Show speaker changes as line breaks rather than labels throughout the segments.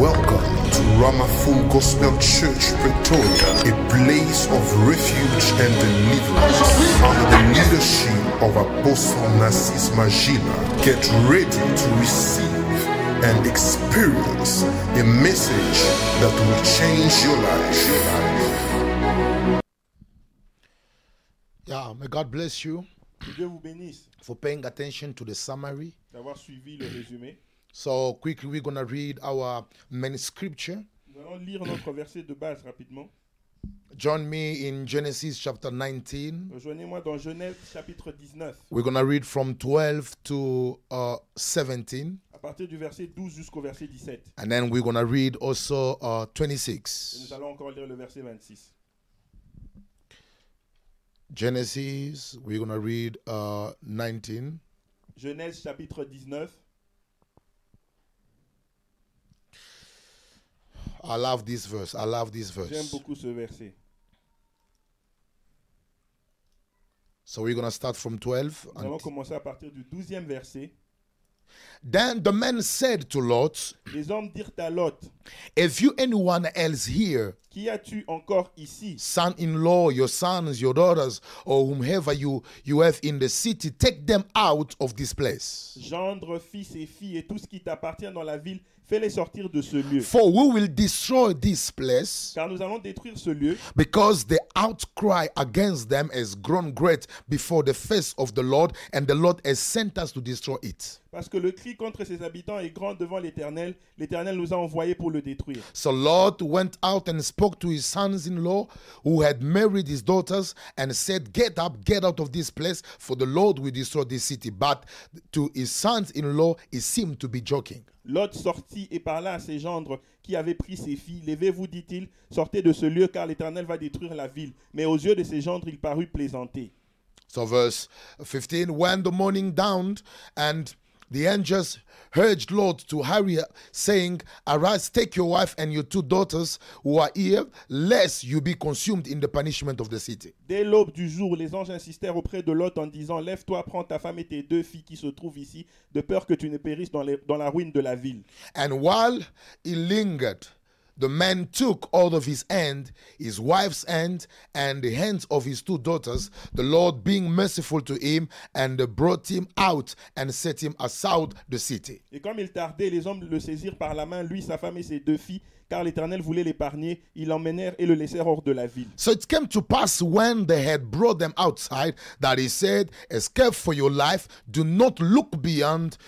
Welcome to Ramaful Gospel Church, Pretoria, a place of refuge and deliverance. Under the leadership of Apostle Narcis Magila, get ready to receive and experience a message that will change your life.
Yeah, may God bless you
Que Dieu vous bénisse
for paying attention to the summary.
d'avoir suivi le résumé.
So quickly, we're gonna read our main scripture.
Nous allons lire notre verset de base rapidement.
Join me in Genesis chapter 19.
Rejoignez-moi dans Genèse chapitre 19,
We're gonna read from 12 to uh, 17,
à partir du verset 12 jusqu'au verset 17.
and then we're gonna read also uh,
Et
26.
nous allons encore lire le verset 26.
Genesis. We're gonna read uh, 19.
Genèse chapitre 19.
I love this verse. I love this
J'aime
verse.
beaucoup ce verset.
So we're gonna start from 12.
Nous allons
until-
commencer à partir du 12e verset.
Then the man said to Lot,
Les hommes dirent à Lot
"If you anyone else here."
Qui as-tu encore ici
son-in-law, your sons, your daughters, or whomsoever you, you have in the city, take them out of this place.
Gendre, fils et filles et tout ce qui t'appartient dans la ville, fais-les sortir de ce lieu.
For we will destroy this place
Car nous allons détruire ce lieu,
because the outcry against them has grown great before the face of the Lord, and the Lord has sent us to destroy it.
parce que le cri contre ses habitants est grand devant l'Éternel. L'Éternel nous a envoyés pour le détruire.
So Lot went out and spoke to his sons in law who had married his daughters and said, Get up, get out of this place, for the Lord will destroy this city. But to his sons in law, he seemed to be joking.
L'autre sortit et parla à ses gendres qui avaient pris ses filles. Levez-vous, dit-il, sortez de ce lieu, car l'Éternel va détruire la ville. Mais aux yeux de ses gendres, il parut plaisanter.
So, verse 15 When the morning dawned, and the angels urged Lot to hurry, saying, Arise, take your wife and your two daughters who are here, lest you be consumed in the punishment of the city.
Dès l'aube du jour, les anges insistèrent auprès de Lot en disant Lève-toi, prends ta femme et tes deux filles qui se trouvent ici, de peur que tu ne périsses dans, les- dans la ruine de la ville.
And while he lingered, the man took hold of his hand, his wife's hand, and the hands of his two daughters, the Lord being merciful to him, and brought him out and set him aside the city.
Et comme il tardait, les hommes le saisirent par la main, lui, sa femme et ses deux filles, car l'Éternel voulait l'épargner. Ils l'emmenèrent et le laissèrent hors de la ville.
So it came to pass when they had brought them outside that he said, Escape for your life, do not look beyond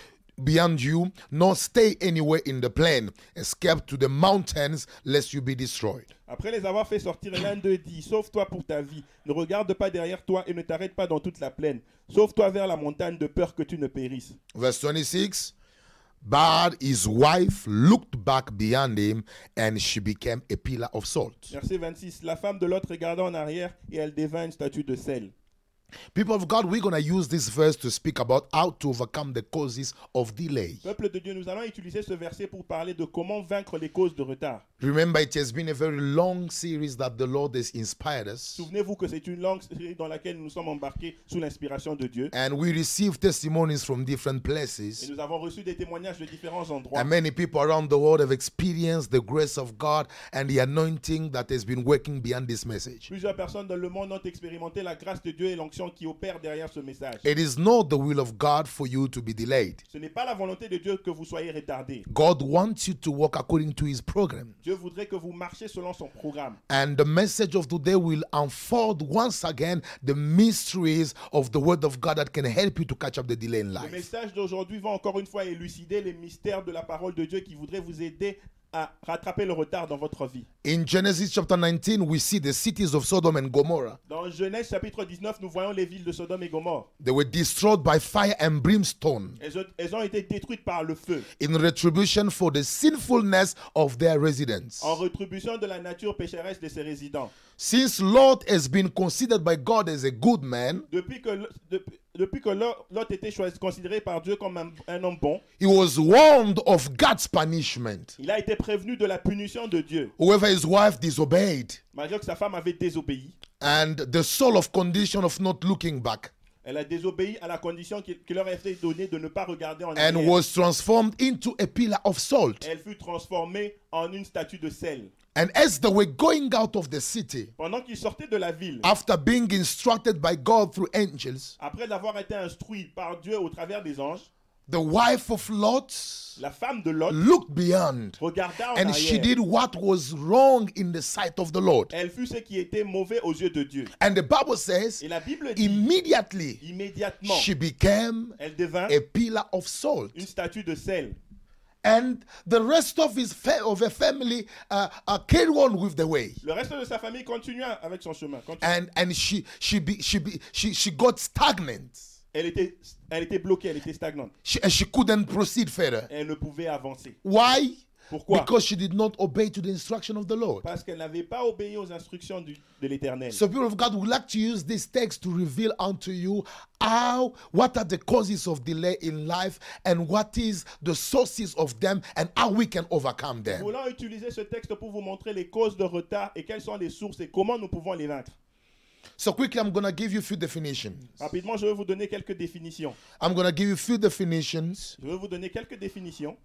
beyond you, nor stay anywhere in the plain. Escape to the mountains lest you be destroyed.
Après les avoir fait sortir, l'un d'eux dit Sauve-toi pour ta vie, ne regarde pas derrière toi et ne t'arrête pas dans toute la plaine. Sauve-toi vers la montagne de peur que tu ne périsses.
Verse 26. But his wife looked back behind him and she became a pillar of salt.
Verset 26. La femme de l'autre regarda en arrière et elle devint une statue de sel.
People of God, we're gonna use this verse to speak about how to overcome the causes of delay.
Peuple de Dieu, nous allons utiliser ce verset pour parler de comment vaincre les causes de retard.
Remember, it has been a very long series that the Lord has inspired us.
Souvenez-vous que c'est une langue dans laquelle nous sommes embarqués sous l'inspiration de Dieu.
And we receive testimonies from different
Et
places.
nous avons reçu des témoignages de différents endroits.
And many people around the world have experienced the grace of God and the anointing that has been working behind this message.
Plusieurs personnes dans le monde ont expérimenté la grâce de Dieu et l'onction qui opère derrière ce message.
It is not the will of God for you to be delayed.
Ce n'est pas la volonté de Dieu que vous soyez retardés.
God wants you to walk according to his program.
Dieu voudrait que vous marchiez selon son programme.
And the message of today will unfold once again the mysteries of the word of God that can help you to catch up the delay in
Le
life.
message d'aujourd'hui va encore une fois élucider les mystères de la parole de Dieu qui voudrait vous aider à rattraper le retard dans votre vie.
In Genesis chapter 19, we see the cities of Sodom and Gomorrah.
Dans Genèse chapitre 19, nous voyons les villes de Sodome et Gomorre.
They were destroyed by fire and brimstone.
Elles ont, elles ont été détruites par le feu,
in retribution for the sinfulness of their residents.
en rétribution de la nature pécheresse de ses résidents.
Since Lot has been considered by God as a good man,
Depuis que, Lo- depuis, depuis que Lo- Lot était choisi- considéré par Dieu comme un, un homme bon,
he was warned of God's punishment.
il a été prévenu de la punition de Dieu,
Whoever his wife disobeyed,
malgré que sa femme avait désobéi.
and the soul of condition of not looking back.
Elle a désobéi à la condition qui, qui leur a été donnée de ne pas regarder en
and
arrière.
was transformed into a pillar of salt.
Elle fut transformée en une statue de sel.
And as they were going out of the city,
Pendant qu'ils sortaient de la ville,
after being instructed by God through angels,
après avoir été instruits par Dieu au travers des anges,
the wife of Lot
la femme de Lot
looked beyond
regarda en
and she
arrière.
did what was wrong in the sight of the Lord.
Elle fut ce qui était mauvais aux yeux de Dieu.
And the Bible says,
Et la Bible dit,
immediately
immédiatement,
she became
elle devint
a pillar of salt.
une statue de sel.
And the rest of his fa- of her family uh, uh, carried on with the way.
Le reste de sa famille continua avec son chemin. continua.
And and she she be, she be, she she got stagnant.
Elle était, elle était bloquée, elle était stagnante.
She, and she couldn't proceed further.
Elle ne pouvait avancer.
Why?
Pourquoi
Because she did not obey to the instruction of the Lord.
Parce qu'elle n'avait pas obéi aux instructions du- de l'Éternel.
So, people of God, would like to use this text to reveal unto you how, what are the causes of delay in life, and what is the sources of them, and how we can overcome
Nous
them.
voulons utiliser ce texte pour vous montrer les causes de retard et quelles sont les sources et comment nous pouvons les vaincre.
So, quickly, I'm gonna give you a few definitions.
Rapidement, je vais vous donner quelques définitions.
I'm gonna give you a few definitions
Je vais vous donner quelques définitions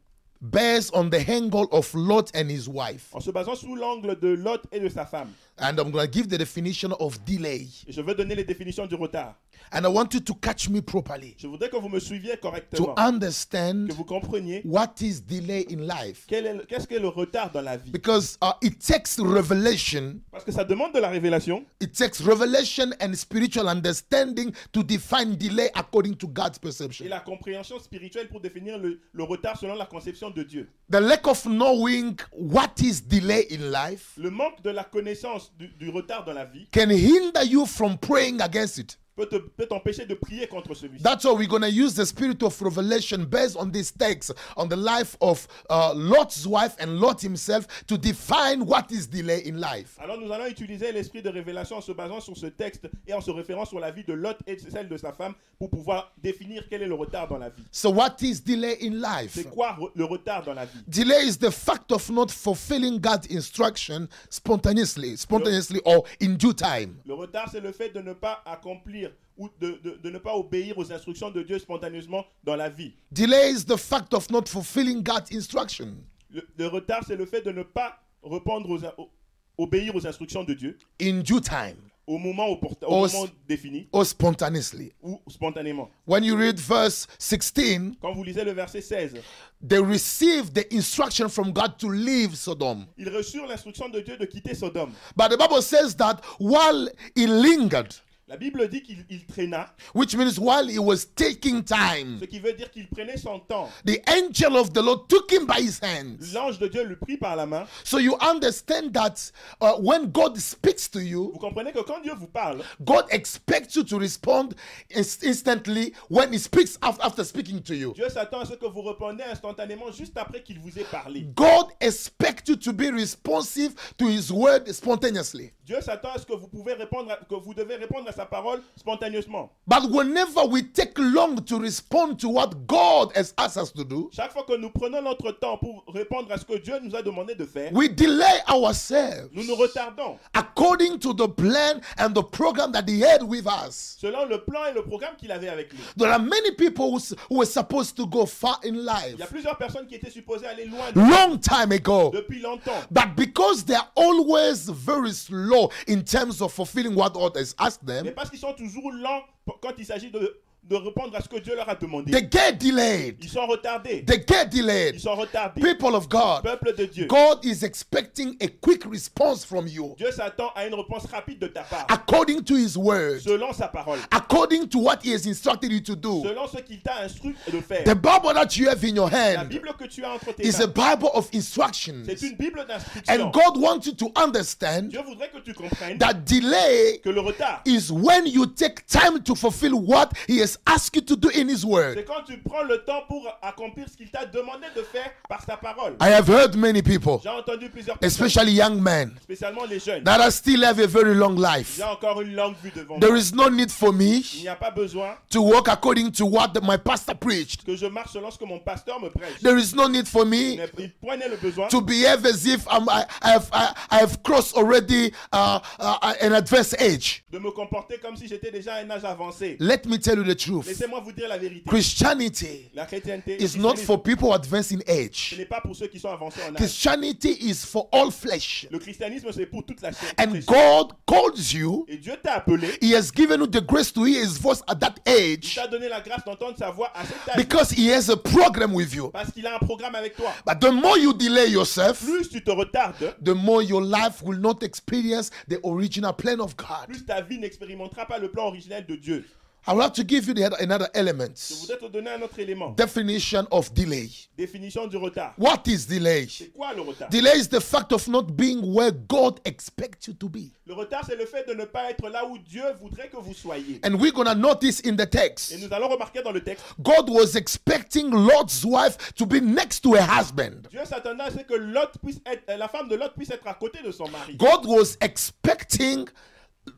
based on the angle of Lot and his wife,
en se basant sous l'angle de Lot et de sa femme.
and I'm gonna give the definition of delay.
Et Je vais donner les définitions du retard.
And I want you to catch me properly
Je voudrais que vous me suiviez
to
correctement,
understand
que vous compreniez
what is delay in life
quel est le- qu'est-ce qu'est le retard dans la vie.
because uh, it takes revelation
Parce que ça demande de la révélation,
it takes revelation and spiritual understanding to define delay according to god's
et
perception
la compréhension spirituelle pour définir le, le retard selon la conception de Dieu.
the lack of knowing what is delay in life
Le manque de la connaissance du, du retard dans la vie
can hinder you from praying against it
peut te- peut t'empêcher de prier contre celui-ci.
that's why we're going to use the spirit of revelation based on this text on the life of uh, lot's wife and lot himself to define what is delay in life
Alors nous allons utiliser l'esprit de révélation en se basant sur ce texte et en se référant sur la vie de Lot et celle de sa femme pour pouvoir définir quel est le retard dans la vie.
so what is delay in life
C'est quoi re- le retard dans la vie
Delay is the fact of not fulfilling God's instruction spontaneously, spontaneously or in due time.
Le retard, c'est le fait de ne pas accomplir ou de, de- de ne pas obéir aux instructions de Dieu spontanément dans la vie.
Delay is the fact of not fulfilling God's instruction
Le, le retard, c'est le fait de ne pas répondre aux, in- o- obéir aux instructions de Dieu
in due time
au moment, opportun-
Oh,
au
c'est-
moment défini
or spontaneously.
ou spontanément.
When you read verse 16,
Quand vous lisez le verset 16,
they received the instruction from God to leave Sodom.
ils reçurent l'instruction de Dieu de quitter Sodome.
But the Bible says that while he lingered,
La Bible dit qu'il il traîna,
which means while he was taking time,
ce qui veut dire qu'il prenait son temps.
the angel of the Lord took him by his hands.
L'ange de Dieu le prit par la main.
So you understand that uh, when God speaks to you,
Vous comprenez que quand Dieu vous parle,
God expects you to respond ins- instantly when He speaks af- after speaking to you.
Dieu s'attend à ce que vous répondiez instantanément juste après qu'il vous ait parlé.
God expects you to be responsive to His word spontaneously.
Dieu s'attend à ce que vous pouvez répondre, à- que vous devez répondre à sa parole spontanément.
But whenever we take long to respond to what God has asked us to do,
Chaque fois que nous prenons notre temps pour répondre à ce que Dieu nous a demandé de faire,
we delay ourselves
nous nous retardons
according to the plan and the program that He had with us.
selon le plan et le programme qu'il avait avec lui.
There are many people who, s- who were supposed to go far in
Il y a
life
plusieurs personnes qui étaient supposées aller loin de-
long time ago.
depuis longtemps,
But because they are always very slow in terms of fulfilling what God has asked
mais
them,
parce qu'ils sont toujours lents p- quand il s'agit de, de répondre à ce que Dieu leur a demandé.
they get delayed.
Ils sont retardés.
They get
Ils
delayed.
sont retardés.
People of God,
Peuple de Dieu,
God is expecting a quick response from you
Dieu s'attend à une réponse rapide de ta part,
according to His word,
selon sa parole,
according to what He has instructed you to do.
selon ce qu'il t'a instruit de faire.
The Bible that you have in your
La
hand
Bible que tu as entre tes
is a
mains,
Bible of
c'est
instructions.
une Bible
And
d'instruction.
God wants you to understand
Dieu voudrait que tu comprennes
that delay
que le retard,
is when you take time to fulfill what He has has asked you to do in His Word.
C'est quand tu prends le temps pour accomplir ce qu'il t'a demandé de faire par sa parole.
I have heard many people,
J'ai entendu plusieurs personnes,
especially young men,
spécialement les jeunes.
that I still have a very long life.
J'ai encore une longue vue devant moi.
There is no need for me
Il n'y a pas besoin
to walk according to what my pastor preached.
que je marche selon ce que mon pasteur me prêche.
There is no need for me
Mais il prenait le besoin
to behave as if I'm, I, I, have, I, I have crossed already uh, uh, an advanced age.
de me comporter comme si j'étais déjà à un âge avancé.
Let me tell you the truth
Laissez-moi vous dire la vérité.
Christianity
La chrétienté
is
le
not
christianisme,
for people advanced in
ce
age,
n'est pas pour ceux qui sont avancés en âge.
Christianity is for all flesh.
Le christianisme, c'est pour toute la chair.
And God calls you,
Et Dieu t'a appelé,
He has given you the grace to hear His voice at that
il
age
t'a donné la grâce d'entendre sa voix à cet âge
because He has a program with you.
parce qu'il a un programme avec toi.
But the more you delay yourself,
Plus tu te retardes,
the more your life will not experience the original plan of God.
plus ta vie n'expérimentera pas le plan originel de Dieu.
I will have to give you the other, another
Je
element
voudrais te donner un autre élément.
definition of delay.
Définition du retard.
What is delay?
C'est quoi le retard
Delay is the fact of not being where God expects you to be.
Le retard, c'est le fait de ne pas être là où Dieu voudrait que vous soyez.
And we're going to notice in the
Et
text
nous allons remarquer dans le texte,
God was expecting Lot's wife to be next to her husband.
Dieu s'attendait à ce que Lot puisse être, la femme de Lot puisse être à côté de son mari.
God was expecting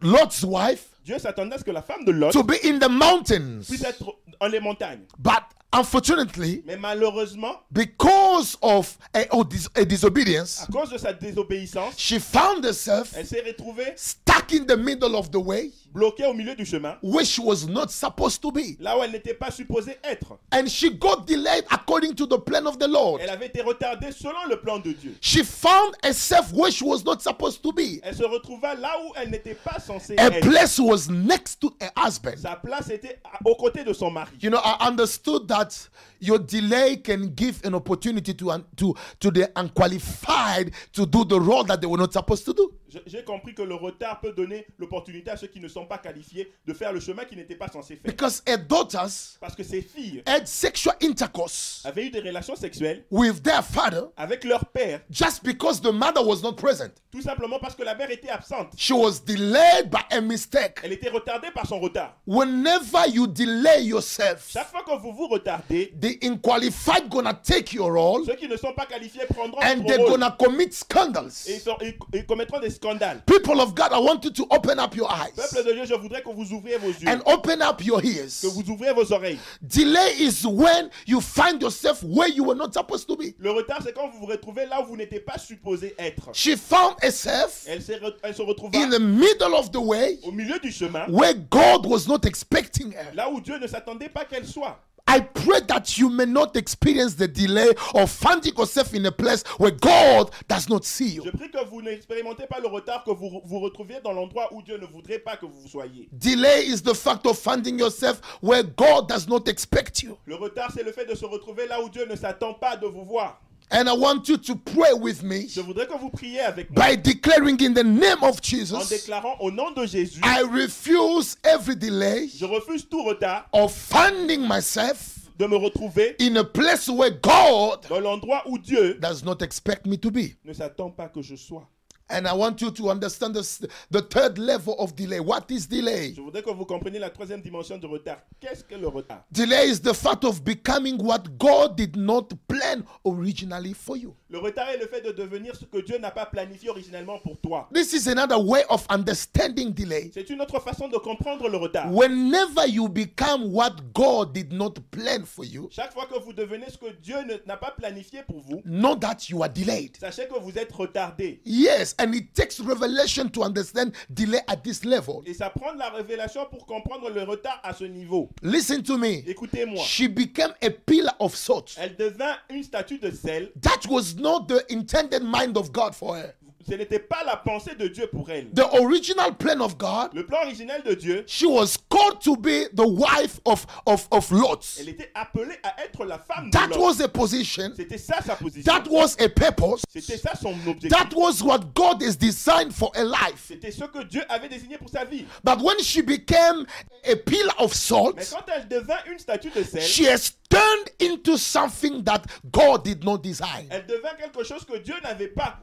Lot's wife
Dieu s'attendait à ce que la femme de Lot
to be in the mountains.
puisse être dans les montagnes.
But unfortunately,
Mais malheureusement,
because of a, a dis- a disobedience,
à cause de sa désobéissance,
she found herself
elle s'est retrouvée
stuck in the middle of the way
bloquée au milieu du chemin,
where she was not supposed to be.
là où elle n'était pas supposée être.
And she got delayed according to the plan of the Lord.
Elle avait été retardée selon le plan de Dieu.
She found herself where she was not supposed to be.
Elle se retrouva là où elle n'était pas censée
Her
être.
place was next to her husband.
Sa place était à- aux côtés de son mari.
You know, I understood that your delay can give an opportunity to, un- to, to the unqualified to do the role that they were not supposed to do.
Je- J'ai compris que le retard peut donner l'opportunité à ceux qui ne sont pas qualifiés de faire le chemin qu'ils n'étaient pas censés faire.
Because her daughters
Parce que ces filles
had sexual intercourse
avaient eu des relations sexuelles
with their father
avec leur père,
just because the mother was not present.
tout simplement parce que la mère était absente.
She was delayed by a mistake.
Elle était retardée par son retard.
Whenever you delay yourself,
Chaque fois que vous vous retardez,
the unqualified gonna take your role
ceux qui ne sont pas qualifiés prendront
and
votre
they're
rôle
gonna commit
et ils,
scandals.
sont- ils- ils commettront des scandales.
People of God, I want you to open up your
Peuple
eyes
de Dieu, je voudrais que vous ouvriez vos yeux,
and open up your
que
ears.
vous ouvriez vos oreilles.
Delay is when you find yourself where you were not supposed to be.
Le retard, c'est quand vous vous retrouvez là où vous n'étiez pas supposé être.
She found herself
Elle, s'est re- elle se retrouva
in the middle of the way
au milieu du chemin,
where God was not expecting her.
là où Dieu ne s'attendait pas qu'elle soit.
I pray that you may not experience the delay of finding yourself in a place where God does not see
Je
you.
prie que vous n'expérimentez pas le retard que vous vous retrouviez dans l'endroit où Dieu ne voudrait pas que vous soyez.
Delay is the fact of finding yourself where God does not expect you.
Le retard, c'est le fait de se retrouver là où Dieu ne s'attend pas de vous voir.
And I want you to pray with me
Je voudrais que vous priez avec moi
by declaring in the name of
en
Jesus
déclarant au nom de Jésus,
I refuse every delay
je refuse tout retard
of finding myself
de me retrouver
in a place where God
dans l'endroit où Dieu
does not expect me to be.
ne s'attend pas que je sois.
And I want you to understand this, the third level of delay. What is delay?
Je voudrais que vous compreniez la troisième dimension du retard. Qu'est-ce que le retard
Delay is the fact of becoming what God did not plan originally for you.
Le retard est le fait de devenir ce que Dieu n'a pas planifié originellement pour toi.
This is another way of understanding delay.
C'est une autre façon de comprendre le retard.
Whenever you become what God did not plan for you,
Chaque fois que vous devenez ce que Dieu ne- n'a pas planifié pour vous,
know that you are delayed.
sachez que vous êtes retardé.
Yes, and it takes revelation to understand delay at this level.
Et ça prend de la révélation pour comprendre le retard à ce niveau.
Listen to me.
Écoutez-moi.
She became a pillar of salt.
Elle devint une statue de sel.
That was not the intended mind of God for her.
Ce n'était pas la pensée de Dieu pour elle.
The original plan of God,
Le plan originel de Dieu,
she was called to be the wife of, of, of Lot.
elle était appelée à être la femme de
That
l'homme.
was a position.
C'était ça sa position.
That was a purpose.
C'était ça son objectif.
That was what God has designed for a life.
C'était ce que Dieu avait désigné pour sa vie.
But when she became a pillar of
Mais
salt,
quand elle devint une statue de sel,
she has turned into something that God did not design.
elle devint quelque chose que Dieu n'avait pas,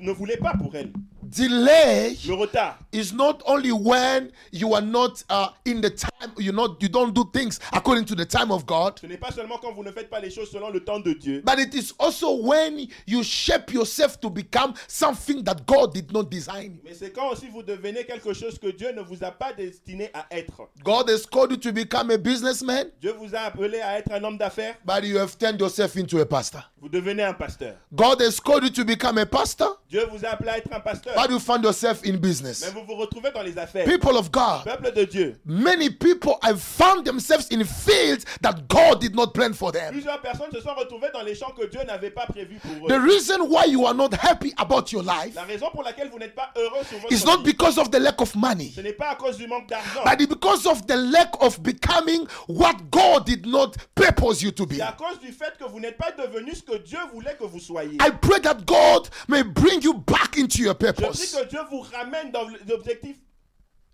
ne voulait pas pour elle.
Delay
Le retard,
is not only when you are not uh, in the time, you not you don't do things according to the time of God,
ce n'est pas seulement quand vous ne faites pas les choses selon le temps de Dieu,
but it is also when you shape yourself to become something that God did not design you.
mais c'est quand aussi vous devenez quelque chose que Dieu ne vous a pas destiné à être.
God has called you to become a businessman,
Dieu vous a appelé à être un homme d'affaires,
but you have turned yourself into a pastor.
vous devenez un pasteur.
God has called you to become a pastor,
Dieu vous a appelé à être un pasteur,
but you find yourself in
mais
business.
vous vous retrouvez dans les affaires.
People of God,
Peuple de Dieu,
many people have found themselves in fields that God did not plan for them.
plusieurs personnes se sont retrouvées dans les champs que Dieu n'avait pas prévus pour
The
eux.
reason why you are not happy about your life
La raison pour laquelle vous n'êtes pas heureux sur
is
votre
not
vie,
because of the lack of money,
ce n'est pas à cause du manque d'argent,
but it's because of the lack of becoming what God did not purpose you to be.
c'est à cause du fait que vous n'êtes pas devenu ce que Dieu voulait que vous soyez.
I pray that God may bring you back into your
Je prie
purpose.
que Dieu vous ramène dans l'objectif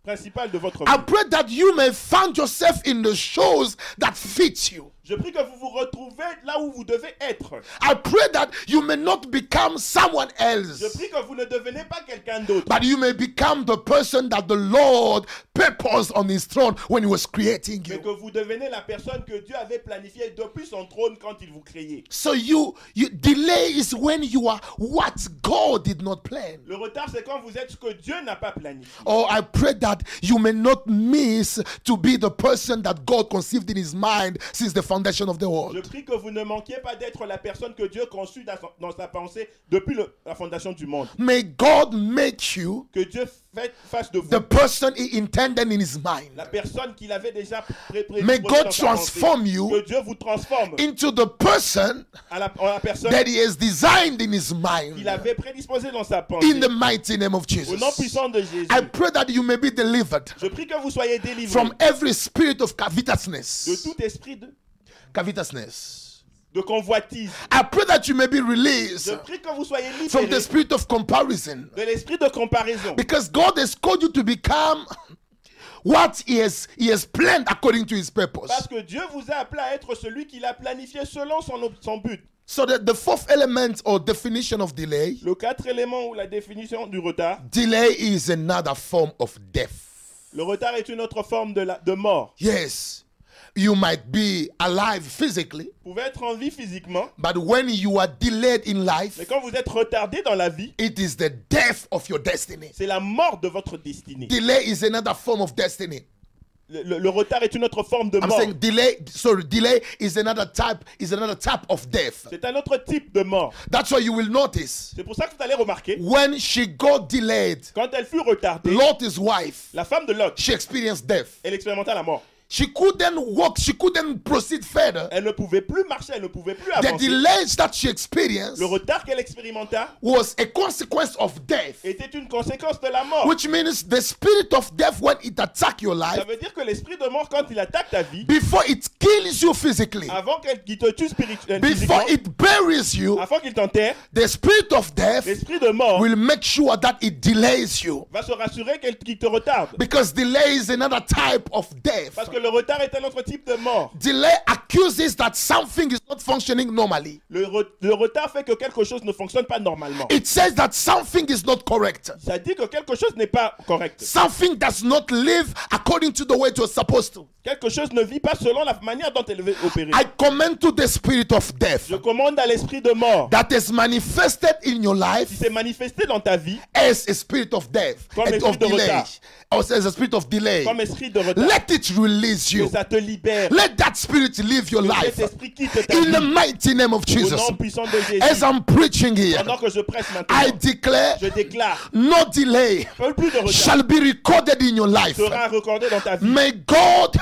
principal de votre
I
vie.
pray that you may find yourself in the shoes that fits you.
Je prie que vous vous retrouvez là où vous devez être.
I pray that you may not become someone else,
Je prie que vous ne devenez pas quelqu'un d'autre,
but you may become the person that the Lord purposed on his throne when he was creating
mais
you.
que vous devenez la personne que Dieu avait planifiée depuis son trône quand il vous créait.
So you you delay is when you are what God did not plan.
Le retard, c'est quand vous êtes ce que Dieu n'a pas planifié.
Oh, I pray that you may not miss to be the person that God conceived in his mind since the foundation of the
Je
world.
prie que vous ne manquiez pas d'être la personne que Dieu conçut dans son- dans sa pensée depuis le- la fondation du monde.
May God make you
Que Dieu fait- fasse de vous
the person he intended in his mind.
la personne qu'il avait déjà préparée.
May God transform you
Que Dieu vous transforme
into the person
à la, en la personne
that he has designed in his mind.
qu'il avait prédisposée dans sa pensée.
In the mighty name of
Au nom
Jesus.
puissant de Jésus.
I pray that you may be delivered
Je prie que vous soyez délivrés
from every spirit of
de
covetousness.
tout esprit de,
Covetousness.
de convoitise.
I pray that you may be released
Je prie que vous soyez libérés
from the spirit of comparison.
de l'esprit de comparaison.
Because God has called you to become what He has, he has planned according to His
Parce
purpose.
que Dieu vous a appelé à être celui qu'il a planifié selon son, ob- son but.
So that the fourth element or definition of delay,
Le quatre élément ou la définition du retard.
delay is another form of death.
Le retard est une autre forme de, la- de mort.
Yes, you might be alive physically,
Vous pouvez être en vie physiquement,
but when you are delayed in
mais
life,
quand vous êtes retardé dans la vie,
it is the death of your destiny.
c'est la mort de votre destinée.
Delay is another form of destiny.
Le, le- le retard est une autre forme de
I'm
mort.
saying delay, sorry, delay is another type, is another type of death.
C'est un autre type de mort.
That's why you will notice
C'est pour ça que vous allez remarquer,
when she got delayed,
quand elle fut retardée,
Lot's wife,
la femme de Lot,
she experienced death.
elle expérimenta la mort.
She couldn't walk, she couldn't proceed further.
Elle ne pouvait plus marcher, elle ne pouvait plus
The
avancer.
delays that she experienced
Le retard qu'elle expérimenta
was a consequence of death,
était une conséquence de la mort.
which means the spirit of death, when it attacks your
Ça
life,
veut dire que l'esprit de mort, quand il attaque ta vie,
before it kills you physically,
avant qu'elle- qu'il te tue spirituellement,
before it buries you,
avant qu'il t'enterre,
the spirit of death
l'esprit de mort
will make sure that it delays you.
va se rassurer qu'elle- qu'il te retarde.
Because delay is another type of death.
Parce que le retard est un autre type de mort.
Delay accuses that something is not functioning normally.
Le, re- le retard fait que quelque chose ne fonctionne pas normalement.
It says that something is not correct.
Ça dit que quelque chose n'est pas correct.
Something does not live according to the way it was supposed to.
Quelque chose ne vit pas selon la manière dont elle est opérée.
I commend to the spirit of death
Je commande à l'esprit de mort
that is manifested in your
qui
life
s'est manifesté dans ta vie
as a spirit of death
Comme
and
esprit
of
de
delay,
retard.
or as a spirit of delay.
comme esprit de retard.
Let it release
Que
you.
ça te libère.
Let that spirit live your
Que
life.
cet esprit quitte ta
In the
vie.
mighty name of
Au
Jesus.
nom puissant de Jésus.
As I'm preaching here,
Pendant que je presse
I
maintenant,
declare
je déclare
no delay
un plus de retard
shall be recorded in your life.
sera recordé dans ta vie.
May God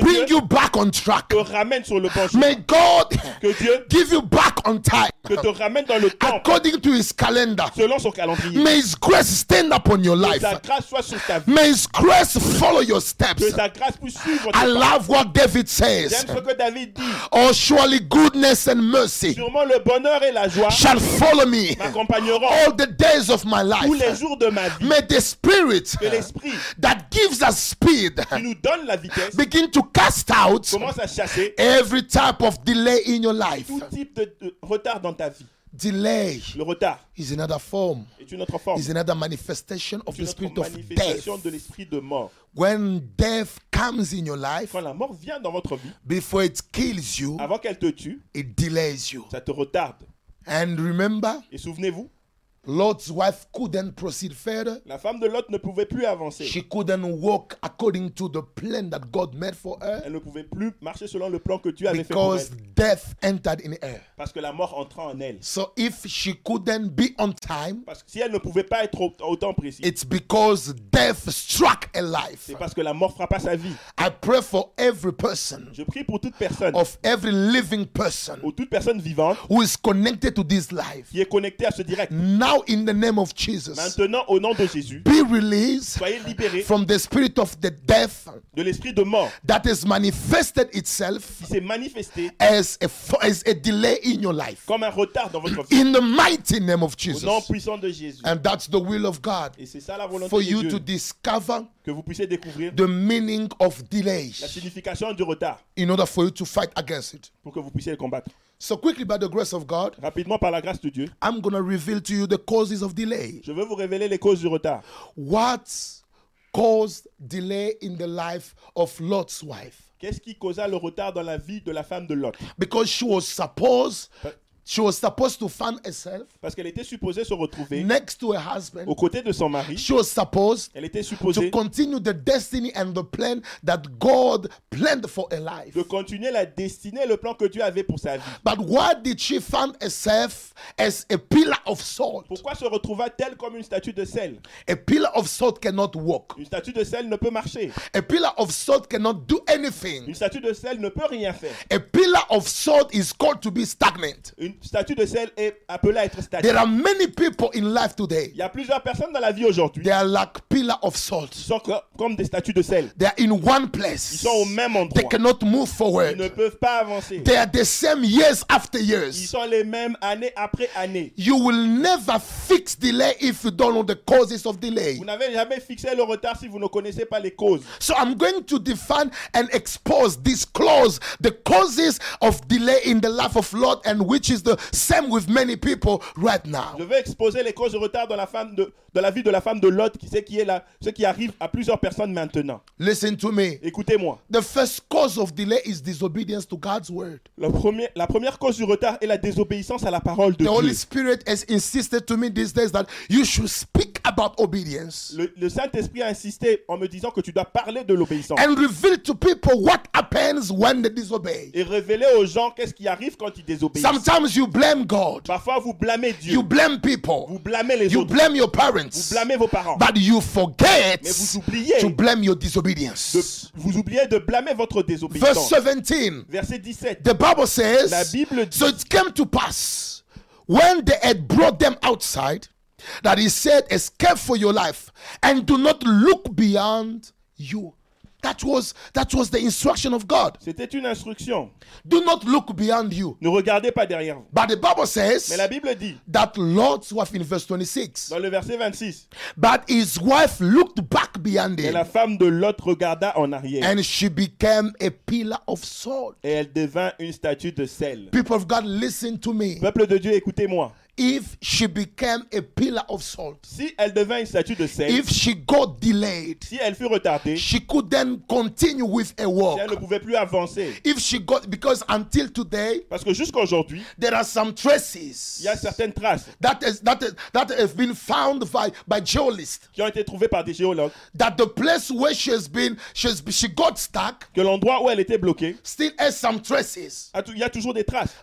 bring
Dieu
you back on track.
Te ramène sur le bon chemin.
May God
Que Dieu
give you back on time
que te ramène dans le temps
according to his calendar.
selon son calendrier.
May his grace stand upon your
Que
life.
sa grâce soit sur ta vie.
May his grace follow your
Que
steps.
sa grâce puisse suivre
I
tes pas.
love what David says.
J'aime ce que David dit.
Oh, surely goodness and mercy
Sûrement le bonheur et la joie
shall follow me
m'accompagneront
all the days of my
tous les
life.
jours de ma vie.
May the spirit
Que l'esprit
that gives us speed
qui nous donne la vitesse
begin to cast out
commence à chasser
every type of delay in your life.
tout type de de retard dans ta vie.
Delay
Le retard
is another form,
est une autre forme.
is another manifestation of
C'est
the
une
spirit
autre
of death.
manifestation de l'esprit de mort.
When death comes in your life,
Quand la mort vient dans votre vie,
before it kills you,
avant qu'elle te tue,
it delays you.
ça te retarde.
And remember,
Et souvenez-vous,
Lot's wife couldn't proceed further.
la femme de Lot ne pouvait plus avancer.
She couldn't walk according to the plan that God made for her
Elle ne pouvait plus marcher selon le plan que Dieu avait fait pour
because
elle.
death entered in her.
Parce que la mort entra en elle.
So if she couldn't be on time,
Parce que si elle ne pouvait pas être au- autant précise,
it's because death struck a life.
c'est parce que la mort frappa sa vie.
I pray for every person,
Je prie pour toute personne,
of every living person
ou toute personne vivante,
who is connected to this life.
qui est connectée à ce direct.
Now, in the name of Jesus,
Maintenant, au nom de Jésus,
be released
soyez libérés
from the spirit of the death
de l'esprit de mort
that has manifested itself
qui s'est manifesté
as a, fo- as a delay in your life.
comme un retard dans votre vie.
In the mighty name of
Au nom
Jesus.
puissant de Jésus.
And that's the will of God
Et c'est ça la volonté
for
de
you
Dieu,
to discover
que vous puissiez découvrir
the meaning of delay
la signification du retard
in order for you to fight against it.
pour que vous puissiez le combattre.
So, quickly, by the grace of God,
Rapidement, par la grâce de Dieu,
I'm going to reveal to you the causes of delay.
je veux vous révéler les causes du retard.
What caused delay in the life of Lot's wife?
Qu'est-ce qui causa le retard dans la vie de la femme de Lot
Because she was supposed she was supposed to find herself
Parce qu'elle était supposée se retrouver
next to her
aux
husband.
côtés de son mari.
She was supposed
Elle était
to
supposée
continue the destiny and the plan that God planned for her life.
de continuer la destinée et le plan que Dieu avait pour sa vie.
But why did she find herself as a pillar of salt?
Pourquoi se retrouva-t-elle comme une statue de sel
A pillar of salt cannot walk.
Une statue de sel ne peut marcher.
A pillar of salt cannot do
Une
anything.
statue de sel ne peut rien faire.
A pillar of salt is called to be stagnant.
Une statue de sel est appelée à être statique.
There are many people in life today.
Il y a plusieurs personnes dans la vie aujourd'hui
They are like pillar of
qui
salt.
sont co- comme des statues de sel.
They are in one
Ils
place.
sont au même
They
endroit.
cannot move
Ils ne
forward.
peuvent pas avancer.
They are the same years after
Ils
years.
sont les mêmes année après année.
You will never fix delay if you don't know the causes of delay.
Vous n'avez jamais fixé le retard si vous ne connaissez pas les causes.
So I'm going to define and expose, disclose the causes of delay in the life of Lot, and which is the same with many people right now.
Je vais exposer les causes de retard dans la, femme de, dans la vie de la femme de Lot, qui, c'est qui est la, ce qui arrive à plusieurs personnes maintenant.
Listen to me.
Écoutez-moi.
The first cause of delay is disobedience to God's word.
Le premier- la première cause du retard est la désobéissance à la parole de
The Holy
Dieu.
Spirit has insisted to me these days that you should speak about obedience
Le, le Saint-Esprit a insisté en me disant que tu dois parler de l'obéissance
and reveal to people what happens when they disobey.
et révéler aux gens qu'est-ce qui arrive quand ils désobéissent.
Sometimes you blame God,
Parfois, vous blâmez Dieu,
you blame
vous
people,
blâmez les
you Bah,
autres,
blame your
vous
parents.
blâmez vos parents.
But you forget
Mais vous oubliez
to blame your disobedience.
de- vous oubliez de blâmer votre
Verse
désobéissance.
17,
Verset 17.
the Bible says,
La Bible dit-
So it came to pass when they had brought them outside that he said, Escape for your life and do not look beyond you. That was that was the instruction of God.
C'était une instruction.
Do not look beyond you.
Ne regardez pas derrière vous.
But the Bible
Mais
says
la Bible dit,
that Lot's wife in verse 26,
dans le verset 26,
but his wife looked back beyond
et la
him
femme de Lot regarda en arrière,
and she became a pillar of salt.
et elle devint une statue de sel.
People of God, listen to me.
Peuple de Dieu, écoutez-moi.
If she became a pillar of salt,
Si elle devint une statue de sel,
if she got delayed,
si elle fut retardée, si
she could then continue with a
elle
walk.
ne pouvait plus avancer,
If she got, because until today,
parce que jusqu'à aujourd'hui,
there are some traces
il y a certaines traces
that, is, that, is, that have been found by, by geologists
qui ont été trouvées par des géologues,
that the place where she has been, she, has, she got stuck,
que l'endroit où elle était bloquée,
still has some traces.
a tou- il y a toujours des traces.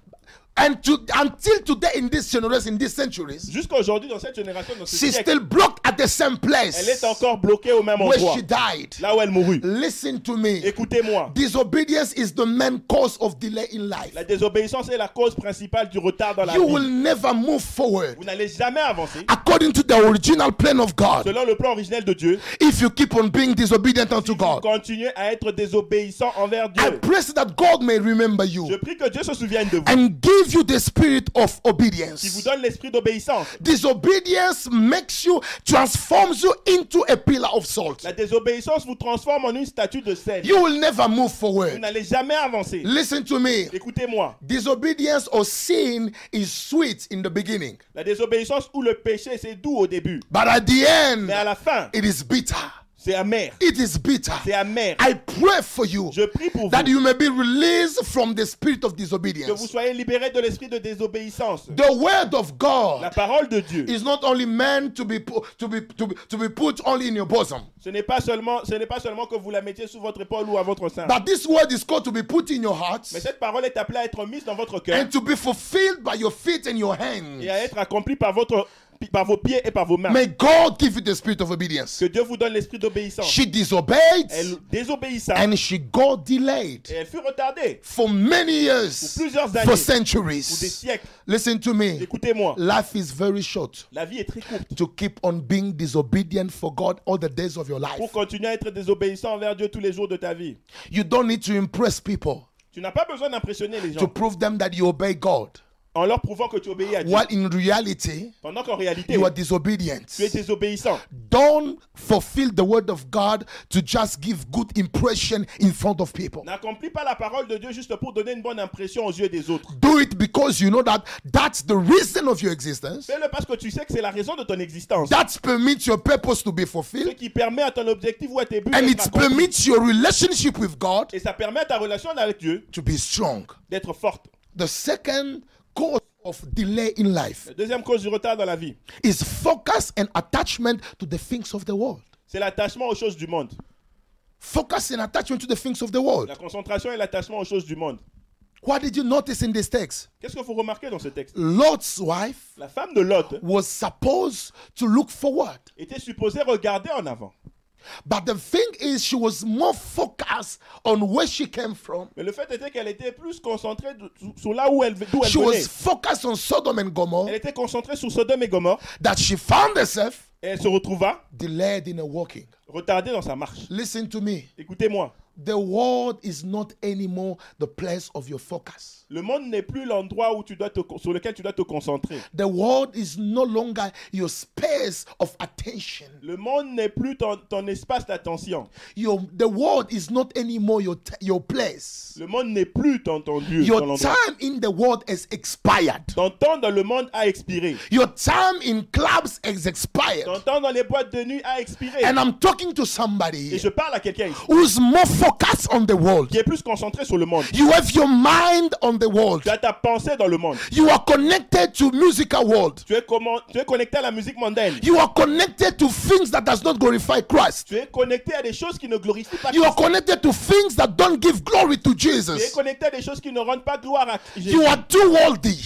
And to, until today, in this generation, in these centuries,
Jusqu'à aujourd'hui, dans cette génération, dans ce
she's
siècle,
still blocked at the same
elle est
place
encore bloquée au même
where
endroit,
she died.
là où elle mourut.
Listen to me.
Écoutez-moi.
Disobedience is the main cause of delay in life.
La désobéissance est la cause principale du retard dans la
You
vie.
will never move forward
Vous n'allez jamais avancer
according to the original plan of God
selon le plan originel de Dieu.
if you keep on being disobedient unto God.
Continuez à être désobéissant envers
I
Dieu.
pray that God may remember
Je
you
prie que Dieu se souvienne de vous
and give you the spirit of
qui vous
obedience.
donne l'esprit d'obéissance.
Disobedience makes you, transforms you into a pillar of salt.
La désobéissance vous transforme en une statue de sel.
You will never move
Vous
forward.
n'allez jamais avancer.
Listen to me.
Écoutez-moi.
Disobedience or sin is sweet in the beginning,
La désobéissance ou le péché, c'est doux au début.
but at the end,
Mais à la fin,
it is bitter.
c'est amer.
It is bitter.
C'est amer.
I pray for you
Je prie pour
that
vous
you may be released from the spirit of
que vous
disobedience.
soyez libérés de l'esprit de désobéissance.
The word of
La
God
parole de Dieu,
is not only meant to be pu- to be to be, to be put only in your bosom,
ce n'est pas seulement, ce n'est pas seulement que vous la mettiez sous votre épaule ou à votre sein.
but this word is called to be put in your heart
Mais cette parole est appelée à être mise dans votre cœur
and to be fulfilled by your feet and your hands.
et à être accomplie par votre, par vos pieds et par vos mains.
May God give you the spirit of obedience.
Que Dieu vous donne l'esprit d'obéissance.
She disobeyed
Elle désobéissa
and she got delayed
et elle fut retardée
for many years,
Pour plusieurs années.
for
pour des
centuries.
siècles.
Listen to me.
Écoutez-moi,
Life is very short.
la vie est très courte.
to keep on being disobedient for God all the days of your life.
Pour continuer à être désobéissant envers Dieu tous les jours de ta vie.
You don't need to impress people
Tu n'as pas besoin d'impressionner les
to
gens
prove them that you obey God,
en leur prouvant que tu obéis à Dieu.
while in reality,
Pendant qu'en réalité,
you are
tu es
disobedient.
désobéissant.
Don't fulfill the word of God to just give good impression in front of people.
N'accomplis pas la parole de Dieu juste pour donner une bonne impression aux yeux des autres.
Do it because you know that that's the reason of your existence.
Fais-le parce que tu sais que c'est la raison de ton existence.
That permits your purpose to be
Ce
fulfilled
qui permet à ton objectif ou à tes buts
and
d'être
it
accomplis.
permits your relationship with God
Et ça permet à ta relation avec Dieu
to be strong.
d'être forte.
The second cause of delay in life
La deuxième cause du retard dans la vie,
is focus and attachment to the things of the world.
c'est l'attachement aux choses du monde.
Focus and attachment to the things of the world.
La concentration et l'attachement aux choses du monde.
What did you notice in this text?
Qu'est-ce que vous remarquez dans ce texte
Lot's wife
La femme de Lot
was supposed to look forward,
était supposée regarder en avant.
but the thing is, she was more focused on where she came from.
Mais le fait était qu'elle était plus concentrée de- sur- sur là où elle, d'où elle
She
venait.
was focused on Sodom and
Elle
Gomorrah
était concentrée sur Sodome et Gomorre
that she found herself
et elle se retrouva
delayed in her walking.
retardée dans sa marche.
Listen to me.
Écoutez-moi,
The world is not anymore the place of your focus.
le monde n'est plus l'endroit où tu dois te- sur lequel tu dois te concentrer.
The world is no longer your space of attention.
Le monde n'est plus ton, ton espace d'attention.
Your the world is not anymore your t- your place.
Le monde n'est plus ton, ton lieu. ton
Your
endroit.
time in the world has expired.
Ton temps dans le monde a expiré.
Your time in clubs has expired.
Ton temps dans les boîtes de nuit a expiré.
And I'm talking to somebody
Et
here
je parle à quelqu'un ici
who's more focused on the world.
qui est plus concentré sur le monde.
You have your mind on the world.
Tu as ta pensée dans le monde.
You are connected to musical world.
Tu es, comment, tu es connecté à la musique mondaine.
You are connected to things that does not glorify Christ.
Tu es connecté à des choses qui ne glorifient pas
You are
Christ.
connected to things that don't give glory to
Tu es
Jesus.
connecté à des choses qui ne rendent pas gloire à Jésus.
You are too worldly.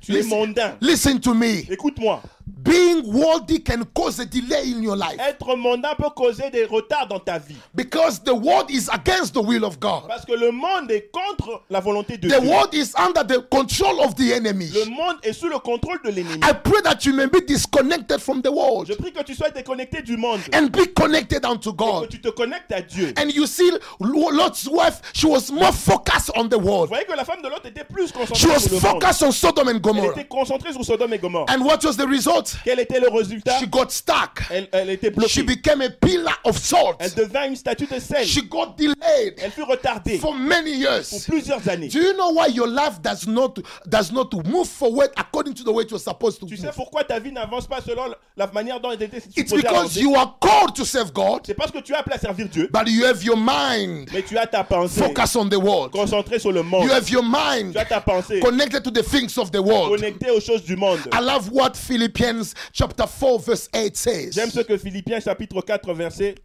Tu es mondain.
Listen to me.
Écoute-moi.
Being worldly can cause a delay in your life.
Être mondain peut causer des retards dans ta vie.
Because the world is against the will of God.
Parce que le monde est contre la volonté de
The
Dieu.
world is under the control of the enemy.
Le monde est sous le contrôle de l'ennemi.
I pray that you may be disconnected from the world
Je prie que tu sois déconnecté du monde.
and be connected unto
Que
God.
tu te connectes à Dieu. Vous
And you see, Lot's wife, she was more focused on the world.
voyez que la femme de l'autre était plus
She
concentrée
was
sur le monde.
focused on Sodom and
Elle
Gomorrah.
était concentrée sur Sodome et Gomorre.
And what was the result?
Quel était le résultat
She got stuck.
elle, elle était
She
bloquée.
became a pillar of salt.
Elle devint une statue de sel.
She got delayed
Elle fut retardée
for many
pour
years.
plusieurs années.
Do you know why your life does not does not move forward according to the way it was supposed to
Tu
move?
sais pourquoi ta vie n'avance pas selon la manière dont elle était
It's
supposée
because
avancer
you are called to serve God,
C'est parce que tu es appelé à servir Dieu,
but you have your mind
mais tu as ta pensée
focused on the world.
concentrée sur le monde.
You have your mind
Tu as ta pensée
connected to the things of the world.
connectée aux choses du monde.
I love what Philippians chapter 4 verse 8
J'aime ce
says.
que Philippiens chapitre 4 verset,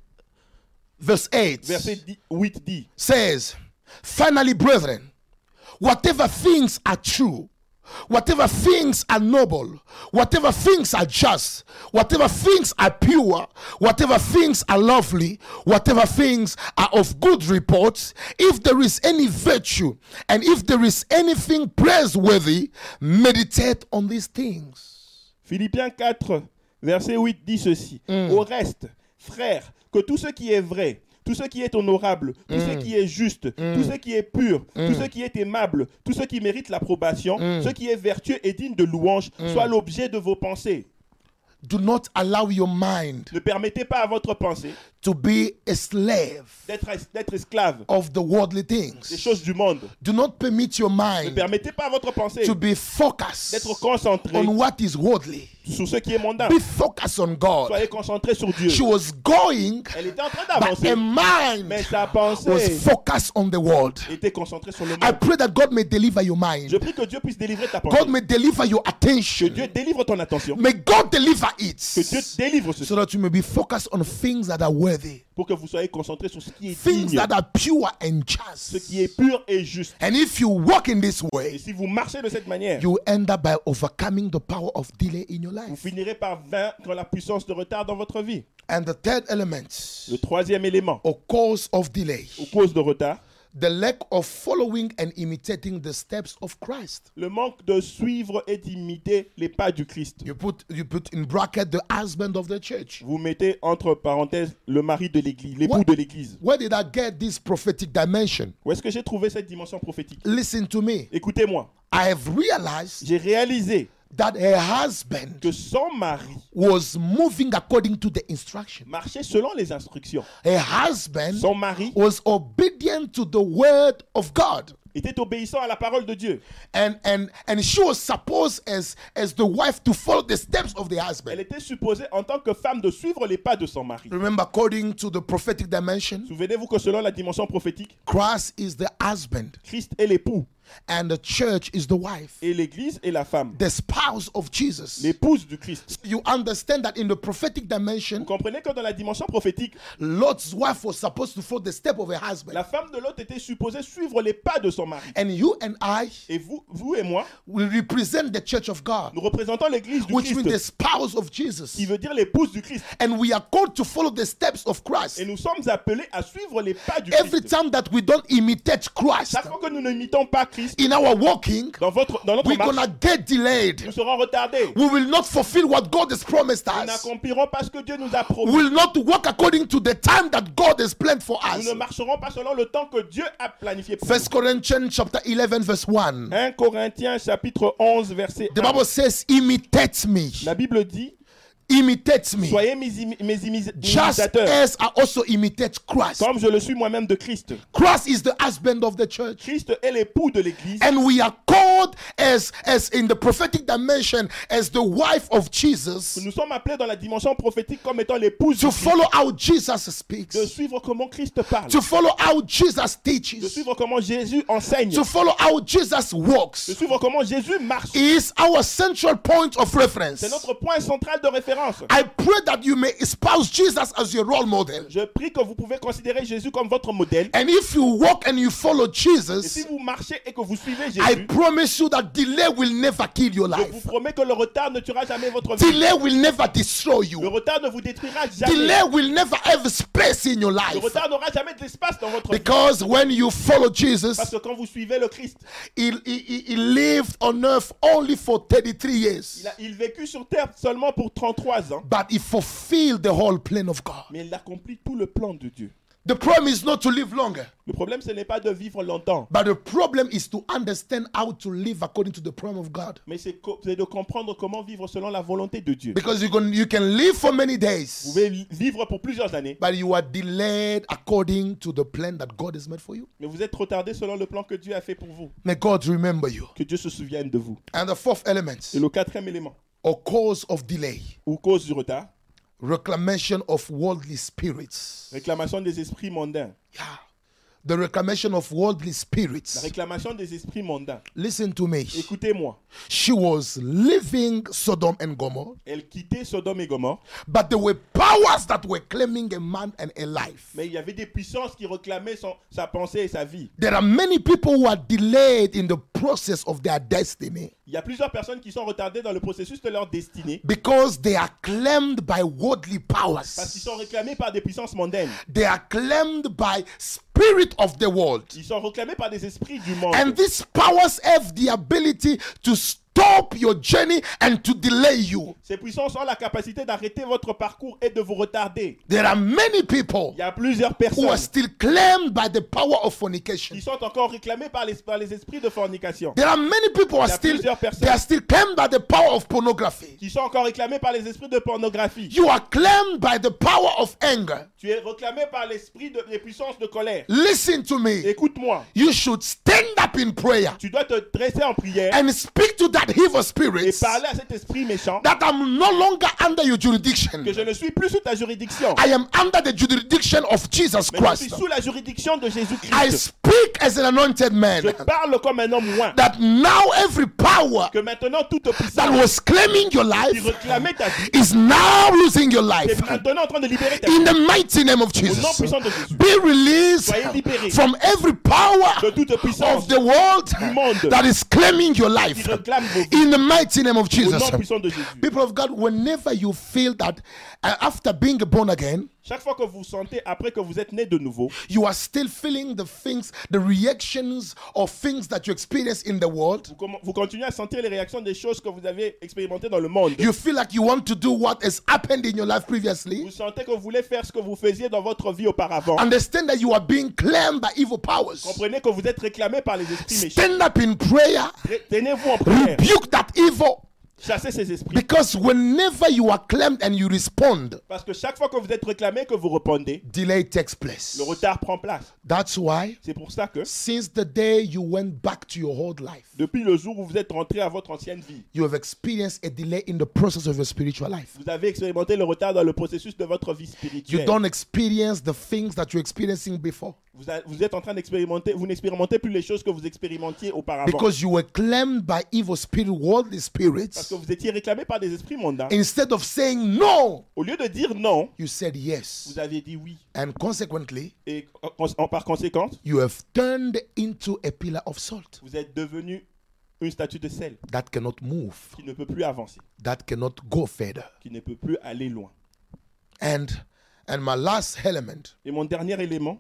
Verse 8
verset 10 8 dit.
says, Finally, brethren, whatever things are true, whatever things are noble, whatever things are just, whatever things are pure, whatever things are lovely, whatever things are of good report, if there is any virtue and if there is anything praiseworthy, meditate on these things.
Philippiens 4 verset 8 dit ceci. Au reste, frères, que tout ce qui est vrai, tout ce qui est honorable, tout ce qui est juste, tout ce qui est pur, tout ce qui est aimable, tout ce qui mérite l'approbation, ce qui est vertueux et digne de louange, soit l'objet de vos pensées.
Do not allow your mind
Ne permettez pas à votre pensée
to be a slave
d'être es- d'être esclave
of the worldly
des
things.
choses du monde.
Do not permit your
Ne
mind
permettez pas à votre pensée
to be focused
d'être concentré
on what is worldly.
sur ce qui est mondain.
Be focused on God.
Soyez concentré sur Dieu.
She was going,
Elle était en train
but her
d'avancer,
mind
mais sa
was
pensée
focused on the world.
était concentrée sur le
I
monde.
pray that God may deliver your
Je
mind.
prie que Dieu puisse délivrer ta pensée.
God may deliver your
Que
attention.
Dieu délivre ton attention.
May God deliver it
Que Dieu
so
délivre ceci
that you may be focused on things that are worthy,
pour que vous soyez concentré sur ce qui est
things
digne,
that are pure and
ce
just.
qui est pur et juste.
And if you walk in this
Et
way,
si vous marchez de cette manière,
you end up by overcoming the power of delay in your
vous
life.
finirez par vaincre la puissance de retard dans votre vie.
And the third element
Le troisième élément,
or cause of delay,
aux causes de retard,
the lack of following and imitating the steps of Christ.
le manque de suivre et d'imiter les pas du Christ.
You put you put in bracket the husband of the church.
Vous mettez entre parenthèses le mari de l'église,
Ouais.
l'époux de l'église.
Where did I get this prophetic dimension?
Où est-ce que j'ai trouvé cette dimension prophétique
Listen to me.
Écoutez-moi,
I have realized
j'ai réalisé
that her husband
que son mari
was moving according to the instruction.
marchait selon les instructions.
Her husband
Son mari
was obedient to the word of God.
était obéissant à la parole de Dieu.
And and and she was supposed as as the wife to follow the steps of the
Elle
husband.
était supposée en tant que femme de suivre les pas de son mari.
Remember, according to the prophetic dimension,
Souvenez-vous que selon la dimension prophétique,
Christ is the husband
Christ est l'époux
and the church is the wife,
et l'Église est la femme,
the spouse of Jesus.
l'épouse du Christ.
You understand that in the prophetic
Vous
dimension,
comprenez que dans la dimension prophétique,
Lot's wife was supposed to follow the step of her husband.
la femme de l'autre était supposée suivre les pas de son mari.
And you and I
Et vous, vous et moi,
will represent the church of God,
nous représentons l'Église du
which means the
Christ,
spouse of
qui
Jesus.
veut dire l'épouse du Christ.
And we are called to follow the steps of Christ.
Et nous sommes appelés à suivre les pas du
Every
Christ.
time that we don't imitate Christ
Chaque fois que nous ne n'imitons pas Christ
in our walking,
dans, votre, dans notre
we're
marche,
gonna get delayed.
nous serons retardés.
We will not fulfill what God has promised
Nous
us.
n'accomplirons pas ce que Dieu nous a
We
promis.
will not walk according to the time that God has planned for
Nous
us.
ne marcherons pas selon le temps que Dieu a planifié pour nous.
First Corinthians chapter 11 verse 1.
1 Corinthiens chapitre 11 verset
The
1.
Bible says, imitate me.
La Bible dit
Imitate me.
Soyez mes, imi- mes imi-
Just
imitateurs,
as I also imitate Christ.
comme je le suis moi-même de Christ.
Christ is the husband of the church.
Christ est l'époux de l'Église.
And we are called as as in the prophetic dimension as the wife of Jesus
Nous sommes appelés dans la dimension prophétique comme étant l'épouse du
to
Christ.
follow how Jesus
De
speaks,
suivre comment Christ parle.
to follow how Jesus
De
teaches,
suivre comment Jésus enseigne.
to follow how Jesus
De
walks.
suivre comment Jésus marche.
Is our central point of reference.
C'est notre point central de référence.
I pray that you may espouse Jesus as your role model.
Je prie que vous pouvez considérer Jésus comme votre modèle.
And if you walk and you follow
Et si
Jesus,
vous marchez et que vous suivez
I
Jésus,
promise you that delay will never kill your
je vous
life.
promets que le retard ne tuera jamais votre vie.
Delay will never destroy
Le
you.
retard ne vous détruira jamais.
Delay will never have space in your
Le
life.
retard n'aura jamais de l'espace dans votre vie.
Because when you follow
Parce
Jesus,
que quand vous suivez le Christ,
he, he, he- he lived on earth only for 33 years.
il a il vécut sur terre seulement pour 33 ans,
But he fulfilled the whole plan of God.
mais il accomplit tout le plan de Dieu.
The problem is not to live longer,
Le problème, ce n'est pas de vivre longtemps,
but the problem is to understand how to live according to the plan of God.
mais c'est co- c'est de comprendre comment vivre selon la volonté de Dieu.
Because you can, you can live for many
Vous
days,
pouvez vi- vivre pour plusieurs années,
but you are delayed according to the plan that God has made for you.
mais vous êtes retardé selon le plan que Dieu a fait pour vous.
May God remember you.
Que Dieu se souvienne de vous.
And the fourth element,
Et le quatrième élément,
or cause of delay,
ou cause du retard,
reclamation of worldly spirits.
réclamation des esprits mondains.
Yeah. The reclamation of worldly
La
spirits.
réclamation des esprits mondains.
Listen to me.
Écoutez-moi,
She was leaving Sodom and Gomorrah,
elle quittait Sodome et Gomorre,
but there were powers that were claiming a man and a life.
mais il y avait des puissances qui réclamaient son- sa pensée et sa vie.
There are many people who are delayed in the process of their destiny
Il y a plusieurs personnes qui sont retardées dans le processus de leur destinée
because they are claimed by worldly
parce
powers.
qu'ils sont réclamés par des puissances mondaines.
They are claimed by spirit of the world.
Ils sont réclamés par des esprits du monde.
And these powers have the ability to stop your journey and to delay you.
Ces puissances ont la capacité d'arrêter votre parcours et de vous retarder.
There are many people
Il y a plusieurs
who are
personnes
still claimed by the power of
qui
fornication.
sont encore réclamées par les, par les esprits de fornication,
There are many people who are
Il y a
still
plusieurs personnes.
they are still claimed by the power of pornography.
qui sont encore réclamées par les esprits de pornographie.
You are claimed by the power of anger.
Tu es réclamé par l'esprit de les puissances de colère.
Listen to me.
Écoute-moi,
You should stand up in prayer
tu dois te dresser en prière
and speak to that evil
et
spirit
parler à cet esprit méchant
that I'm no longer under your
que
jurisdiction.
je ne suis plus sous ta juridiction,
I am under the jurisdiction of Jesus
mais je suis
Christ.
sous la juridiction de
I
Jésus-Christ.
speak as an anointed man
Je parle comme un homme moins.
that now every power
Que maintenant toute
that
puissance
was claiming your
qui
life
réclamait ta vie
is now losing your
est
life.
maintenant en train de libérer ta vie.
In the mighty name of
Au nom
Jesus,
puissant de Jésus.
be released
Soyez libérés
from every
de
power
toute
of
puissance
the world
monde
that is claiming your
qui
life.
réclame vos vies.
In the mighty name of
Au nom
Jesus.
puissant de Jésus.
People of God, whenever you feel that uh, after being born again,
Chaque fois que vous sentez après que vous êtes né de nouveau,
you are still feeling the things, the reactions of things that you experience in the world.
vous, comm- vous continuez à sentir les réactions des choses que vous avez expérimentées dans le monde.
You feel like you want to do what has happened in your life previously.
Vous sentez que vous voulez faire ce que vous faisiez dans votre vie auparavant.
Understand that you are being claimed by evil powers.
Comprenez que vous êtes réclamé par les esprits méchants.
Stand up in prayer,
Re- Tenez-vous en prière.
rebuke that evil.
Chassez ces esprits.
Because whenever you are claimed and you respond,
Parce que chaque fois que vous êtes réclamé, que vous répondez,
delay takes place.
le retard prend place.
That's why,
C'est pour ça que,
since the day you went back to your old life,
depuis le jour où vous êtes rentré à votre ancienne vie,
you have experienced a delay in the process of your spiritual life.
vous avez expérimenté le retard dans le processus de votre vie
You
spirituelle.
don't experience the things that you're experiencing before
Vous, a- vous êtes en train d'expérimenter, vous n'expérimentez plus les choses que vous expérimentiez auparavant.
because you were claimed by evil spirit, worldly
Parce
spirits.
que vous étiez réclamé par des esprits mondains.
Instead of saying no,
Au lieu de dire non,
you said yes.
vous avez dit oui.
And consequently,
Et en- en- par conséquent,
you have turned into a pillar of salt
vous êtes devenu une statue de sel
that cannot move,
qui ne peut plus avancer,
that cannot go further.
qui ne peut plus aller loin.
And and my last element,
Et mon dernier élément,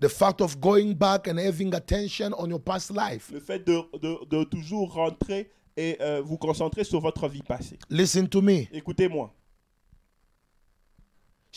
the fact of going back and having attention on your past life.
le fait de, de- de toujours rentrer et euh, vous concentrer sur votre vie passée.
Listen to me.
Écoutez-moi,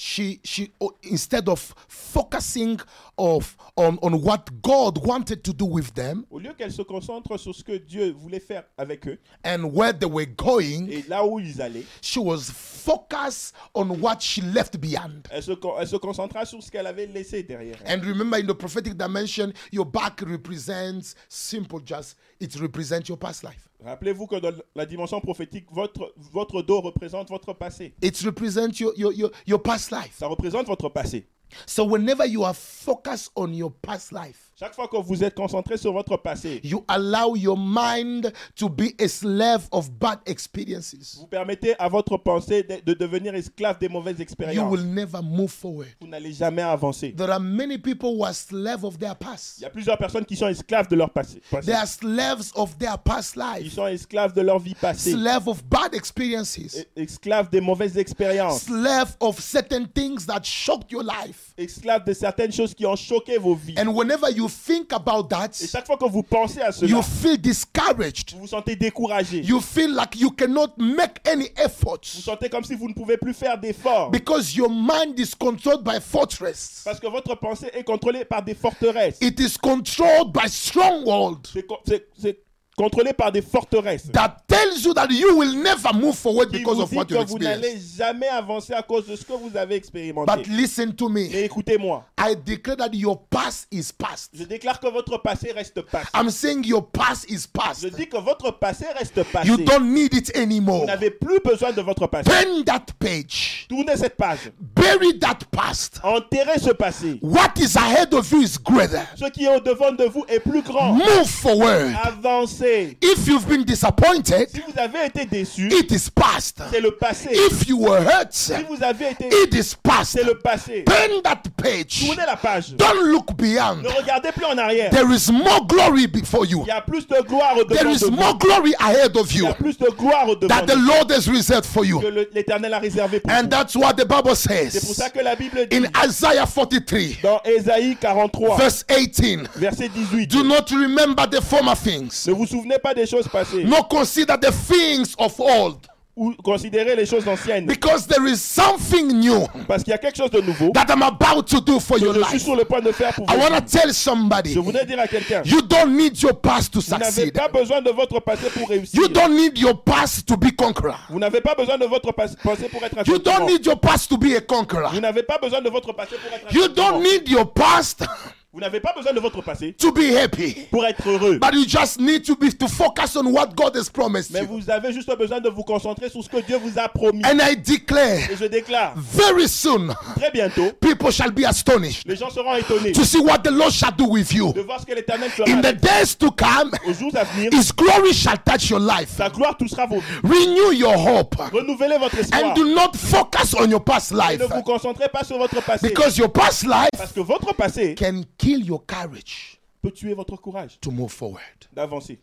She she oh, instead of focusing of on, on what God wanted to do with them
au lieu qu'elles se concentrent sur ce que Dieu voulait faire avec eux
and where they were going,
et là où ils allaient,
she was focused on what she left behind.
elles se, con- elles se concentrent sur ce qu'elles avaient laissé derrière. elles.
And remember, in the prophetic dimension, your back represents simple, just it represents your past life.
Rappelez-vous que dans la dimension prophétique, votre, votre dos représente votre passé.
It represents your your your, your past life.
Ça représente votre passé.
So whenever you are focused on your past life,
Chaque fois que vous êtes concentré sur votre passé,
you allow your mind to be a slave of bad experiences.
vous permettez à votre pensée de, de devenir esclave des mauvaises
You
expériences.
will never move forward.
Vous n'allez jamais avancer.
There are many people who are slaves of their
Il
past.
y a plusieurs personnes qui sont esclaves de leur passé. passé.
They are slaves of their past
Ils
life,
sont esclaves de leur vie passée.
slave of bad experiences,
Es- Esclaves des mauvaises expériences.
slave of certain things that shocked your life.
Esclaves de certaines choses qui ont choqué vos vies.
And whenever you think about that,
Et chaque fois que vous pensez à cela,
you feel discouraged.
vous vous sentez découragé.
You feel like you cannot make any
Vous
efforts
sentez comme si vous ne pouvez plus faire d'efforts.
because your mind is controlled by fortress.
Parce que votre pensée est contrôlée par des forteresses.
It is controlled by stronghold
C'est co- c'est- c'est contrôlé par des forteresses.
that tells you that you will never move forward
Qui
because
vous
of
dit
what you
que vous n'allez
experience.
jamais avancer à cause de ce que vous avez expérimenté.
But listen to me.
Mais écoutez-moi,
I declare that your past is past.
je déclare que votre passé reste passé.
I'm saying your past is past.
Je dis que votre passé reste passé.
You don't need it
Vous
anymore.
n'avez plus besoin de votre passé.
Turn that page.
Tournez cette page.
Bury that past.
Enterrez ce passé.
What is ahead of you is greater.
Ce qui est au-devant de vous est plus grand.
Move forward.
Avancez.
If you've been
Si
disappointed,
vous avez été déçu,
it is past.
c'est le passé.
If you were hurt,
Si vous avez été...
it is past.
C'est le passé.
Turn that page.
Tournez la page.
Don't look beyond.
Ne regardez plus en arrière.
There is more glory before you.
Il y a plus de gloire au-devant
There is
de vous.
more glory ahead of
Il y
you
a plus de gloire au-devant
that
de
the
vous
Lord has reserved for you.
que le- l'Éternel a réservé pour
And
vous.
that's what the Bible
C'est pour
this.
ça que la Bible dit
In Isaiah 43,
dans Ésaïe 43,
verse 18,
verset 18,
do not remember the former things,
ne vous souvenez pas des choses passées
nor consider the things of old,
ou considérez les choses anciennes,
because there is something new
parce qu'il y a quelque chose de nouveau
that I'm about to do for
que
your
je suis
life.
sur le point de faire pour
I
vous.
want to tell somebody
Je voudrais dire à quelqu'un,
you don't need your past to
vous n'avez
succeed,
pas besoin de votre passé pour réussir.
you don't need your past to be conqueror,
Vous n'avez pas besoin de votre pas- passé pour être un
you don't
concurrent.
need your past to be a conqueror,
Vous n'avez pas besoin de votre passé pour être un
you
concurrent.
don't need your past
Vous n'avez pas besoin de votre passé
to be happy.
pour être heureux.
But you just need to be to focus on what God has promised
Mais
you.
vous avez juste besoin de vous concentrer sur ce que Dieu vous a promis.
And I declare,
Et je déclare,
very soon,
très bientôt,
people shall be astonished
les gens seront étonnés
to see what the Lord shall do with you.
de voir ce que l'Éternel fera.
In the days to come,
Aux jours à venir,
His glory shall touch your life.
sa gloire touchera vos vies.
Renew your hope
Renouvelez votre
and
espoir.
do not focus on your past
Et
life
ne vous concentrez pas sur votre passé.
because your past life
Parce que votre passé
can kill your courage
peut tuer votre courage
to move forward.
d'avancer.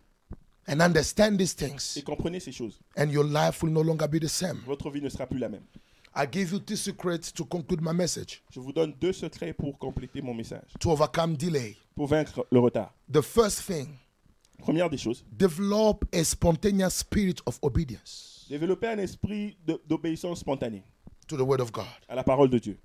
And understand these
Et
things,
comprenez ces choses.
and your life will no longer be the same.
Votre vie ne sera plus la même.
I give you two secrets to conclude my message
Je vous donne deux secrets pour compléter mon message,
to overcome delay.
pour vaincre le retard.
The first thing
Première des choses,
develop a spontaneous spirit of obedience
développer un esprit de- d'obéissance spontanée
to the word of God.
à la parole de Dieu.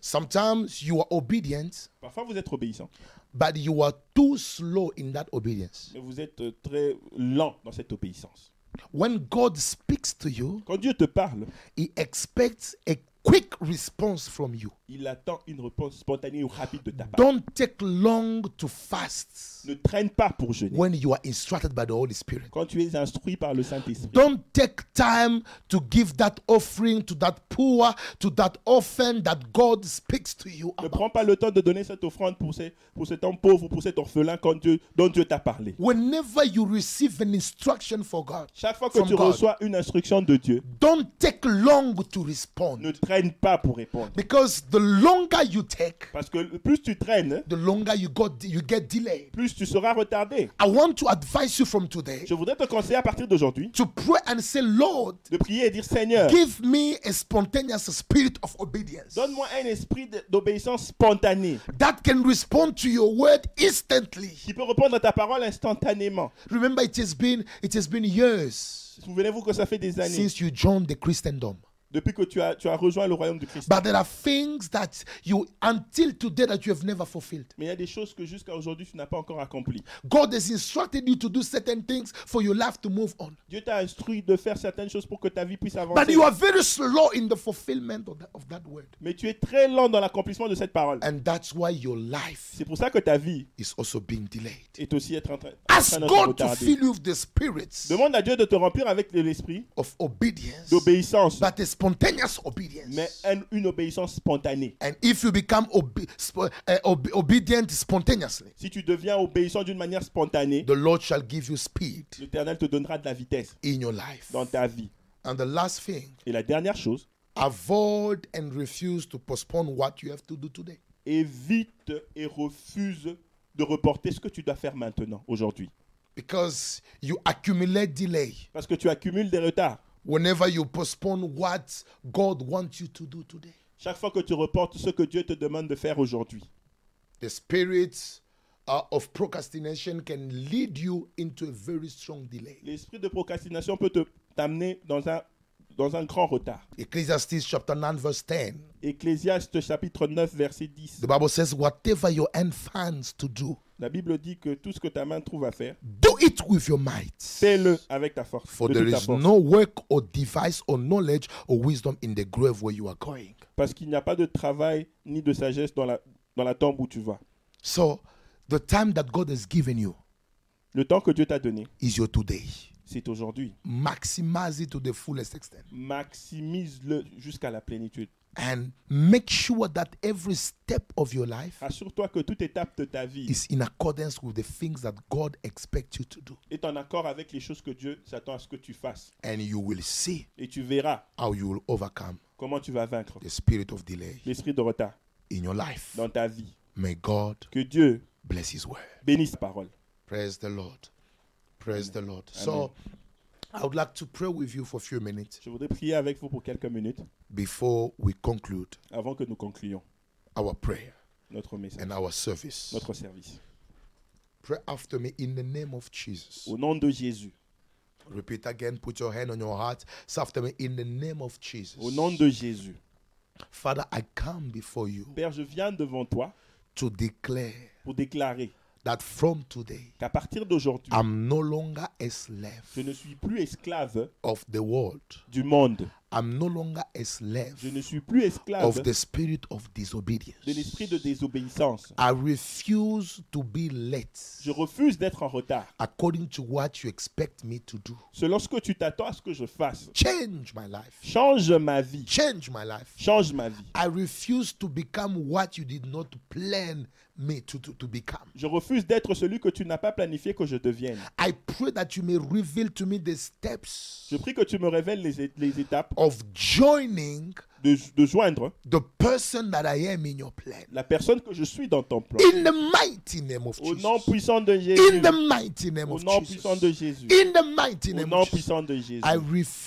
Sometimes you are obedient,
Parfois, vous êtes obéissant,
but you are too slow in that obedience.
mais vous êtes euh, très lent dans cette obéissance.
When God speaks to you,
Quand Dieu te parle,
He expects a quick response from you.
il attend une réponse spontanée ou rapide de ta part.
Don't take long to fast
Ne traîne pas pour jeûner.
when you are instructed by the Holy Spirit.
Quand tu es instruit par le Saint-Esprit,
Don't take time to give that offering to that poor, to that orphan that God speaks to you
ne
about.
prends pas le temps de donner cette offrande pour, ces- pour cet homme pauvre ou pour cet orphelin quand Dieu, dont Dieu t'a parlé.
Whenever you receive an instruction for God,
Chaque fois que
From
tu
God.
reçois une instruction de Dieu,
don't take long to respond
ne traîne pas pour répondre.
because the longer you take
Parce que le plus tu traînes,
the longer you got you get delayed
plus tu seras retardé.
i want to advise you from today
Je voudrais te conseiller à partir d'aujourd'hui
to pray and say lord
de prier et dire Seigneur,
give me a spontaneous spirit of obedience
donne-moi un esprit de- d'obéissance spontanée
that can respond to your word instantly
qui peut répondre à ta parole instantanément.
remember it has been it has been years
Souvenez-vous que ça fait des années
since you joined the christendom
depuis que tu as, tu as rejoint le royaume du Christ.
but there are things that you until today that you have never fulfilled
Mais il y a des choses que jusqu'à aujourd'hui tu n'as pas encore accomplies.
god has instructed you to do certain things for your life to move on
Dieu t'a instruit de faire certaines choses pour que ta vie puisse
But
avancer.
you are very slow in the fulfillment of that, of that word.
Mais tu es très lent dans l'accomplissement de cette parole.
And that's why your life
C'est pour ça que ta vie
is also being delayed.
est aussi être en train, en
Ask
train d'être
God to
retardée.
fill you with the spirits
Demande à Dieu de te remplir avec de l'esprit
of obedience,
d'obéissance,
but a spontaneous obedience.
mais un- une obéissance spontanée.
And if you become obe- spo- uh, obe- obedient spontaneously,
Si tu deviens obéissant d'une manière spontanée,
the Lord shall give you speed
l'Éternel te donnera de la vitesse
in your life.
dans ta vie.
And the last thing,
Et la dernière chose,
avoid and refuse to postpone what you have to do today.
évite et refuse de reporter ce que tu dois faire maintenant, aujourd'hui.
Because you accumulate delay
Parce que tu accumules des retards.
whenever you postpone what God wants you to do today.
Chaque fois que tu reportes ce que Dieu te demande de faire aujourd'hui,
the spirit uh, of procrastination can lead you into a very strong delay.
l'esprit de procrastination peut te- t'amener dans un, dans un grand retard.
Ecclesiastes chapter 9, verse 10.
Ecclésiaste chapitre 9, verset 10.
The Bible says, Whatever your hand finds to do,
La Bible dit que tout ce que ta main trouve à faire,
do it with your might.
fais-le avec ta force.
For
de
there
toute ta
is
force.
no work or device or knowledge or wisdom in the grave where you are going.
Parce qu'il n'y a pas de travail ni de sagesse dans la, dans la tombe où tu vas.
So, the time that God has given you
Le temps que Dieu t'a donné,
is your today.
c'est aujourd'hui.
Maximize it to the fullest extent
Maximise-le jusqu'à la plénitude.
and make sure that every step of your life
Assure-toi que toute étape de ta vie
is in accordance with the things that God expects you to do.
est en accord avec les choses que Dieu s'attend à ce que tu fasses.
and you will see
Et tu verras
how you will overcome
comment tu vas vaincre
the spirit of delay
l'esprit de retard
in your life.
dans ta vie.
May God
Que Dieu
bless His word.
bénisse ta parole.
Praise the Lord. Praise the Lord. So, I would like to pray with you for a few minutes
Je voudrais prier avec vous pour quelques minutes
before we conclude
avant que nous concluions
our prayer
notre message,
and our service.
notre service.
Pray after me in the name of Jesus.
Au nom de Jésus.
Repeat again, put your hand on your heart. Say after me in the name of Jesus.
Au nom de Jésus.
Father, I come before you
Père, je viens devant toi
to declare
pour déclarer
that from today,
qu'à partir d'aujourd'hui,
I'm no longer a
je
slave
ne suis plus esclave
of the world.
du monde.
I'm no longer a
Je
slave
ne suis plus esclave
of
de
the spirit of disobedience.
l'esprit de désobéissance.
I refuse to be late
Je refuse d'être en retard.
according to what you expect me to do.
Selon ce que tu t'attends à ce que je fasse,
Change my life.
change ma vie.
Change my life.
Change ma vie.
I refuse to become what you did not plan me to, to, to become.
Je refuse d'être celui que tu n'as pas planifié que je devienne.
I pray that you may reveal to me the steps
Je prie que tu me révèles les, é- les étapes
of joining
de, de joindre
the person that I am in your plan.
la personne que je suis dans ton plan.
In the mighty name of
Au nom
Jesus.
puissant de Jésus.
In the mighty name
Au
of
nom puissant de
Jesus.
Jésus.
In the mighty
Au
name
nom
of Jesus.
puissant de Jésus.
I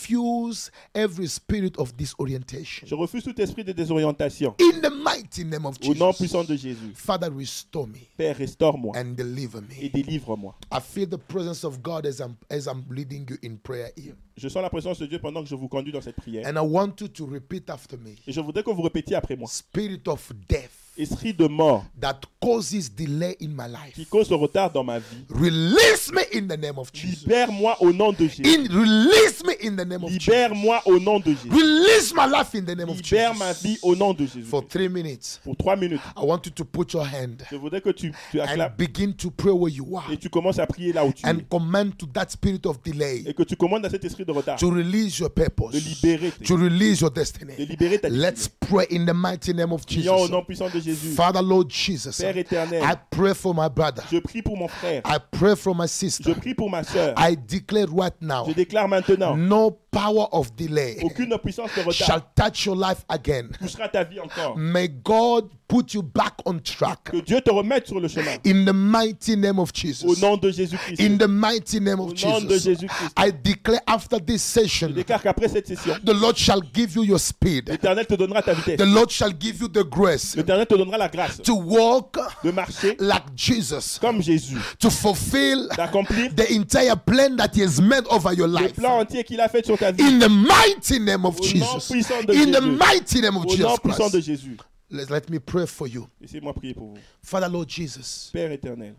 refuse every spirit of disorientation.
Je refuse tout esprit de désorientation.
In the mighty name of
Au nom
Jesus.
puissant de Jésus.
Father, restore me
Père, restaure-moi
and deliver
et
me.
délivre-moi.
I feel the presence of God as I'm as I'm leading you in prayer here.
Je sens la présence de Dieu pendant que je vous conduis dans cette prière.
And I want you to repeat after me.
Et je voudrais que vous répétiez après moi.
Spirit of death
Esprit de mort
that causes delay in my life.
qui cause le retard dans ma vie,
Release me in the name of Jesus.
libère-moi au nom de Jésus.
In release me in the name of Jesus.
Libère-moi au nom de Jésus.
Release my life in the name of
Libère ma
Jesus.
vie au nom de Jésus.
For three minutes,
Pour trois minutes,
I want you to put your hand
je voudrais que tu, tu
and
acclames
begin to pray where you are
et tu commences à prier là où tu es.
and command to that spirit of delay
Et que tu commandes à cet esprit de retard
to release your
de
purpose,
libérer tes-
to release your
de
destiny.
libérer ta
Let's
vie.
pray in the mighty name of
Prions au
Jesus.
nom puissant de Jésus.
Father, Lord Jesus,
Père éternel,
I pray for my brother.
je prie pour mon frère.
I pray for my
Je
sister.
prie pour ma soeur.
I declare right
Je
now
déclare maintenant,
no power of delay
aucune puissance de
shall
retard
touch your life again.
touchera ta vie encore.
May God put you back on track
Que Dieu te remette sur le chemin.
in the mighty name of
Au
Jesus.
nom de
In
Jésus-Christ.
the mighty name
Au
of
nom de
Jesus.
Jésus-Christ.
I declare after this
Je
session,
déclare qu'après cette session,
the Lord shall give you your speed.
l'Éternel te donnera ta vitesse.
The Lord shall give you the grace
L'Éternel te donnera la grâce
to walk
de marcher
like Jesus,
comme Jésus,
to fulfill
d'accomplir
the entire plan that He has made over your
le
life.
plan entier qu'il a fait sur ta vie.
In the mighty name of
Au nom
Jesus.
puissant de
In the
Jésus.
mighty name of
Au nom
Jesus
puissant de
Christ.
Jésus.
Let, let me pray for you.
Laissez-moi prier pour vous.
Father, Lord Jesus,
Père éternel,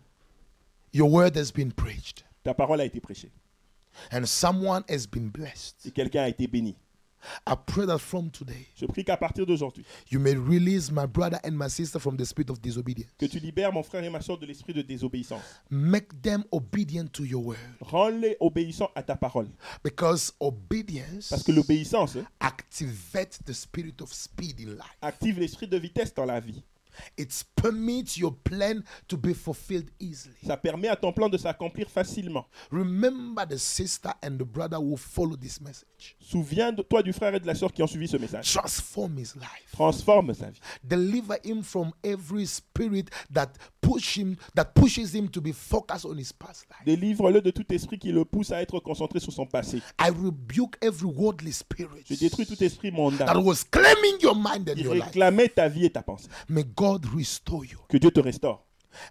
your word has been preached
ta parole a été prêchée
and someone has been
et
blessed.
quelqu'un a été béni.
I pray that from today,
Je prie qu'à partir d'aujourd'hui,
you may release my brother and my sister from the spirit of disobedience.
que tu libères mon frère et ma soeur de l'esprit de désobéissance.
Make them obedient to your word.
Rends-les obéissants à ta parole.
Because obedience
Parce que l'obéissance hein,
activates the spirit of speed in life.
active l'esprit de vitesse dans la vie.
It permits your plan to be fulfilled easily.
Ça permet à ton plan de s'accomplir facilement.
Remember the sister and the brother who follow this message.
Souviens-toi du frère et de la soeur qui ont suivi ce message.
Transform his life.
Transforme sa vie.
Deliver him from every spirit that push him that pushes him to be focused on his past life.
Délivre-le de tout esprit qui le pousse à être concentré sur son passé.
I rebuke every worldly spirit
Je détruis tout esprit
that
mondain
was claiming your mind and
qui
your life.
réclamait ta vie et ta pensée.
May God restore you.
Que Dieu te restaure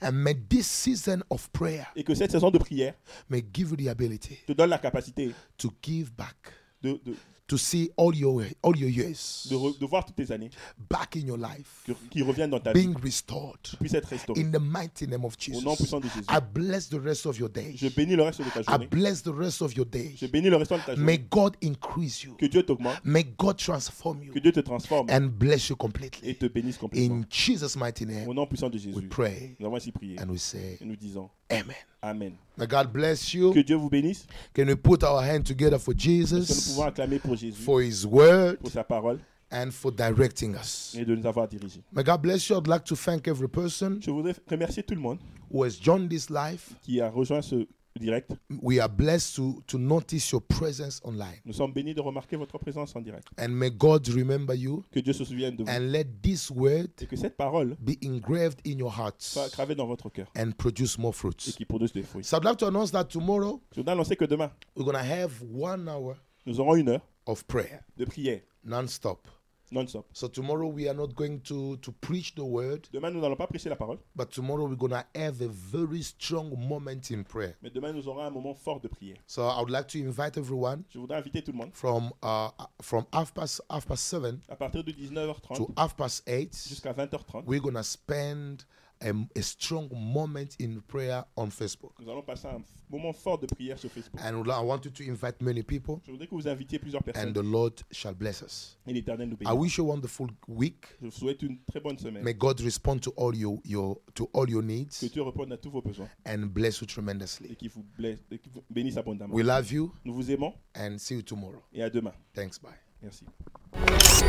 And may this season of prayer
et que cette saison de prière
may give you the ability
te donne la capacité
to give back,
de, de,
to see all your all your years
de re- de voir toutes tes années
back in your life,
que- qui reviennent dans ta vie,
being restored
puissent être restaurées.
in the mighty name of
Au nom
Jesus.
puissant de Jésus.
I bless the rest of your day.
Je bénis le reste de ta
I
journée.
bless the rest of your day.
Je bénis le restant de ta
May
journée.
God increase you.
Que Dieu t'augmente,
May God transform you
que Dieu te transforme
and bless you
et
completely.
te bénisse complètement.
In Jesus' mighty
Au
name,
nom puissant de
we
Jésus,
pray
nous avons ainsi prié
and we say,
et nous disons
Amen.
Amen.
May God bless
Que
you.
Dieu vous bénisse,
Can we put our hand together for
que nous
Jesus,
pouvons acclamer pour Jésus,
for His word,
pour sa parole
and for directing us?
et de nous avoir dirigés.
May God bless you. I'd like to thank every person
Je voudrais remercier tout le monde
who has joined this live
qui a rejoint ce direct.
We are blessed to, to notice your presence online.
Nous sommes bénis de remarquer votre présence en direct.
And may God remember you
Que Dieu se souvienne de vous.
and let this word
Et que cette parole
be engraved in your hearts
soit gravée dans votre cœur
and produce more
et
fruits.
qui produise des fruits.
So I'd like to announce that tomorrow
Je voudrais annoncer que demain,
we're going to have one hour
nous aurons une heure
of prayer
de prière
non-stop.
non-stop.
So tomorrow we are not going to, to preach the word,
Demain, nous n'allons pas prêcher la parole,
but tomorrow we're going to have a very strong moment in prayer.
mais demain, nous aurons un moment fort de prière.
So I would like to invite everyone
Je voudrais inviter tout le monde
from uh, from half past half past seven
à partir de 19h30
to half past eight.
jusqu'à 20h30.
We're gonna spend a, a strong moment in prayer on Facebook,
Nous allons passer un moment fort de prière sur Facebook.
and would- I want you to invite many people,
Je voudrais que vous invitiez plusieurs
and
personnes
the Lord shall bless us.
et l'Éternel nous
I
bénisse.
wish you a wonderful week.
Je vous souhaite une très bonne semaine.
May God respond to all your, your to all your
Que
needs
Dieu réponde à tous vos besoins
and bless you
et
tremendously.
qu'il vous, blesse- et qu'il vous bénisse abondamment.
We love you
Nous vous aimons
and see you tomorrow.
et à demain.
Thanks. Bye.
Merci.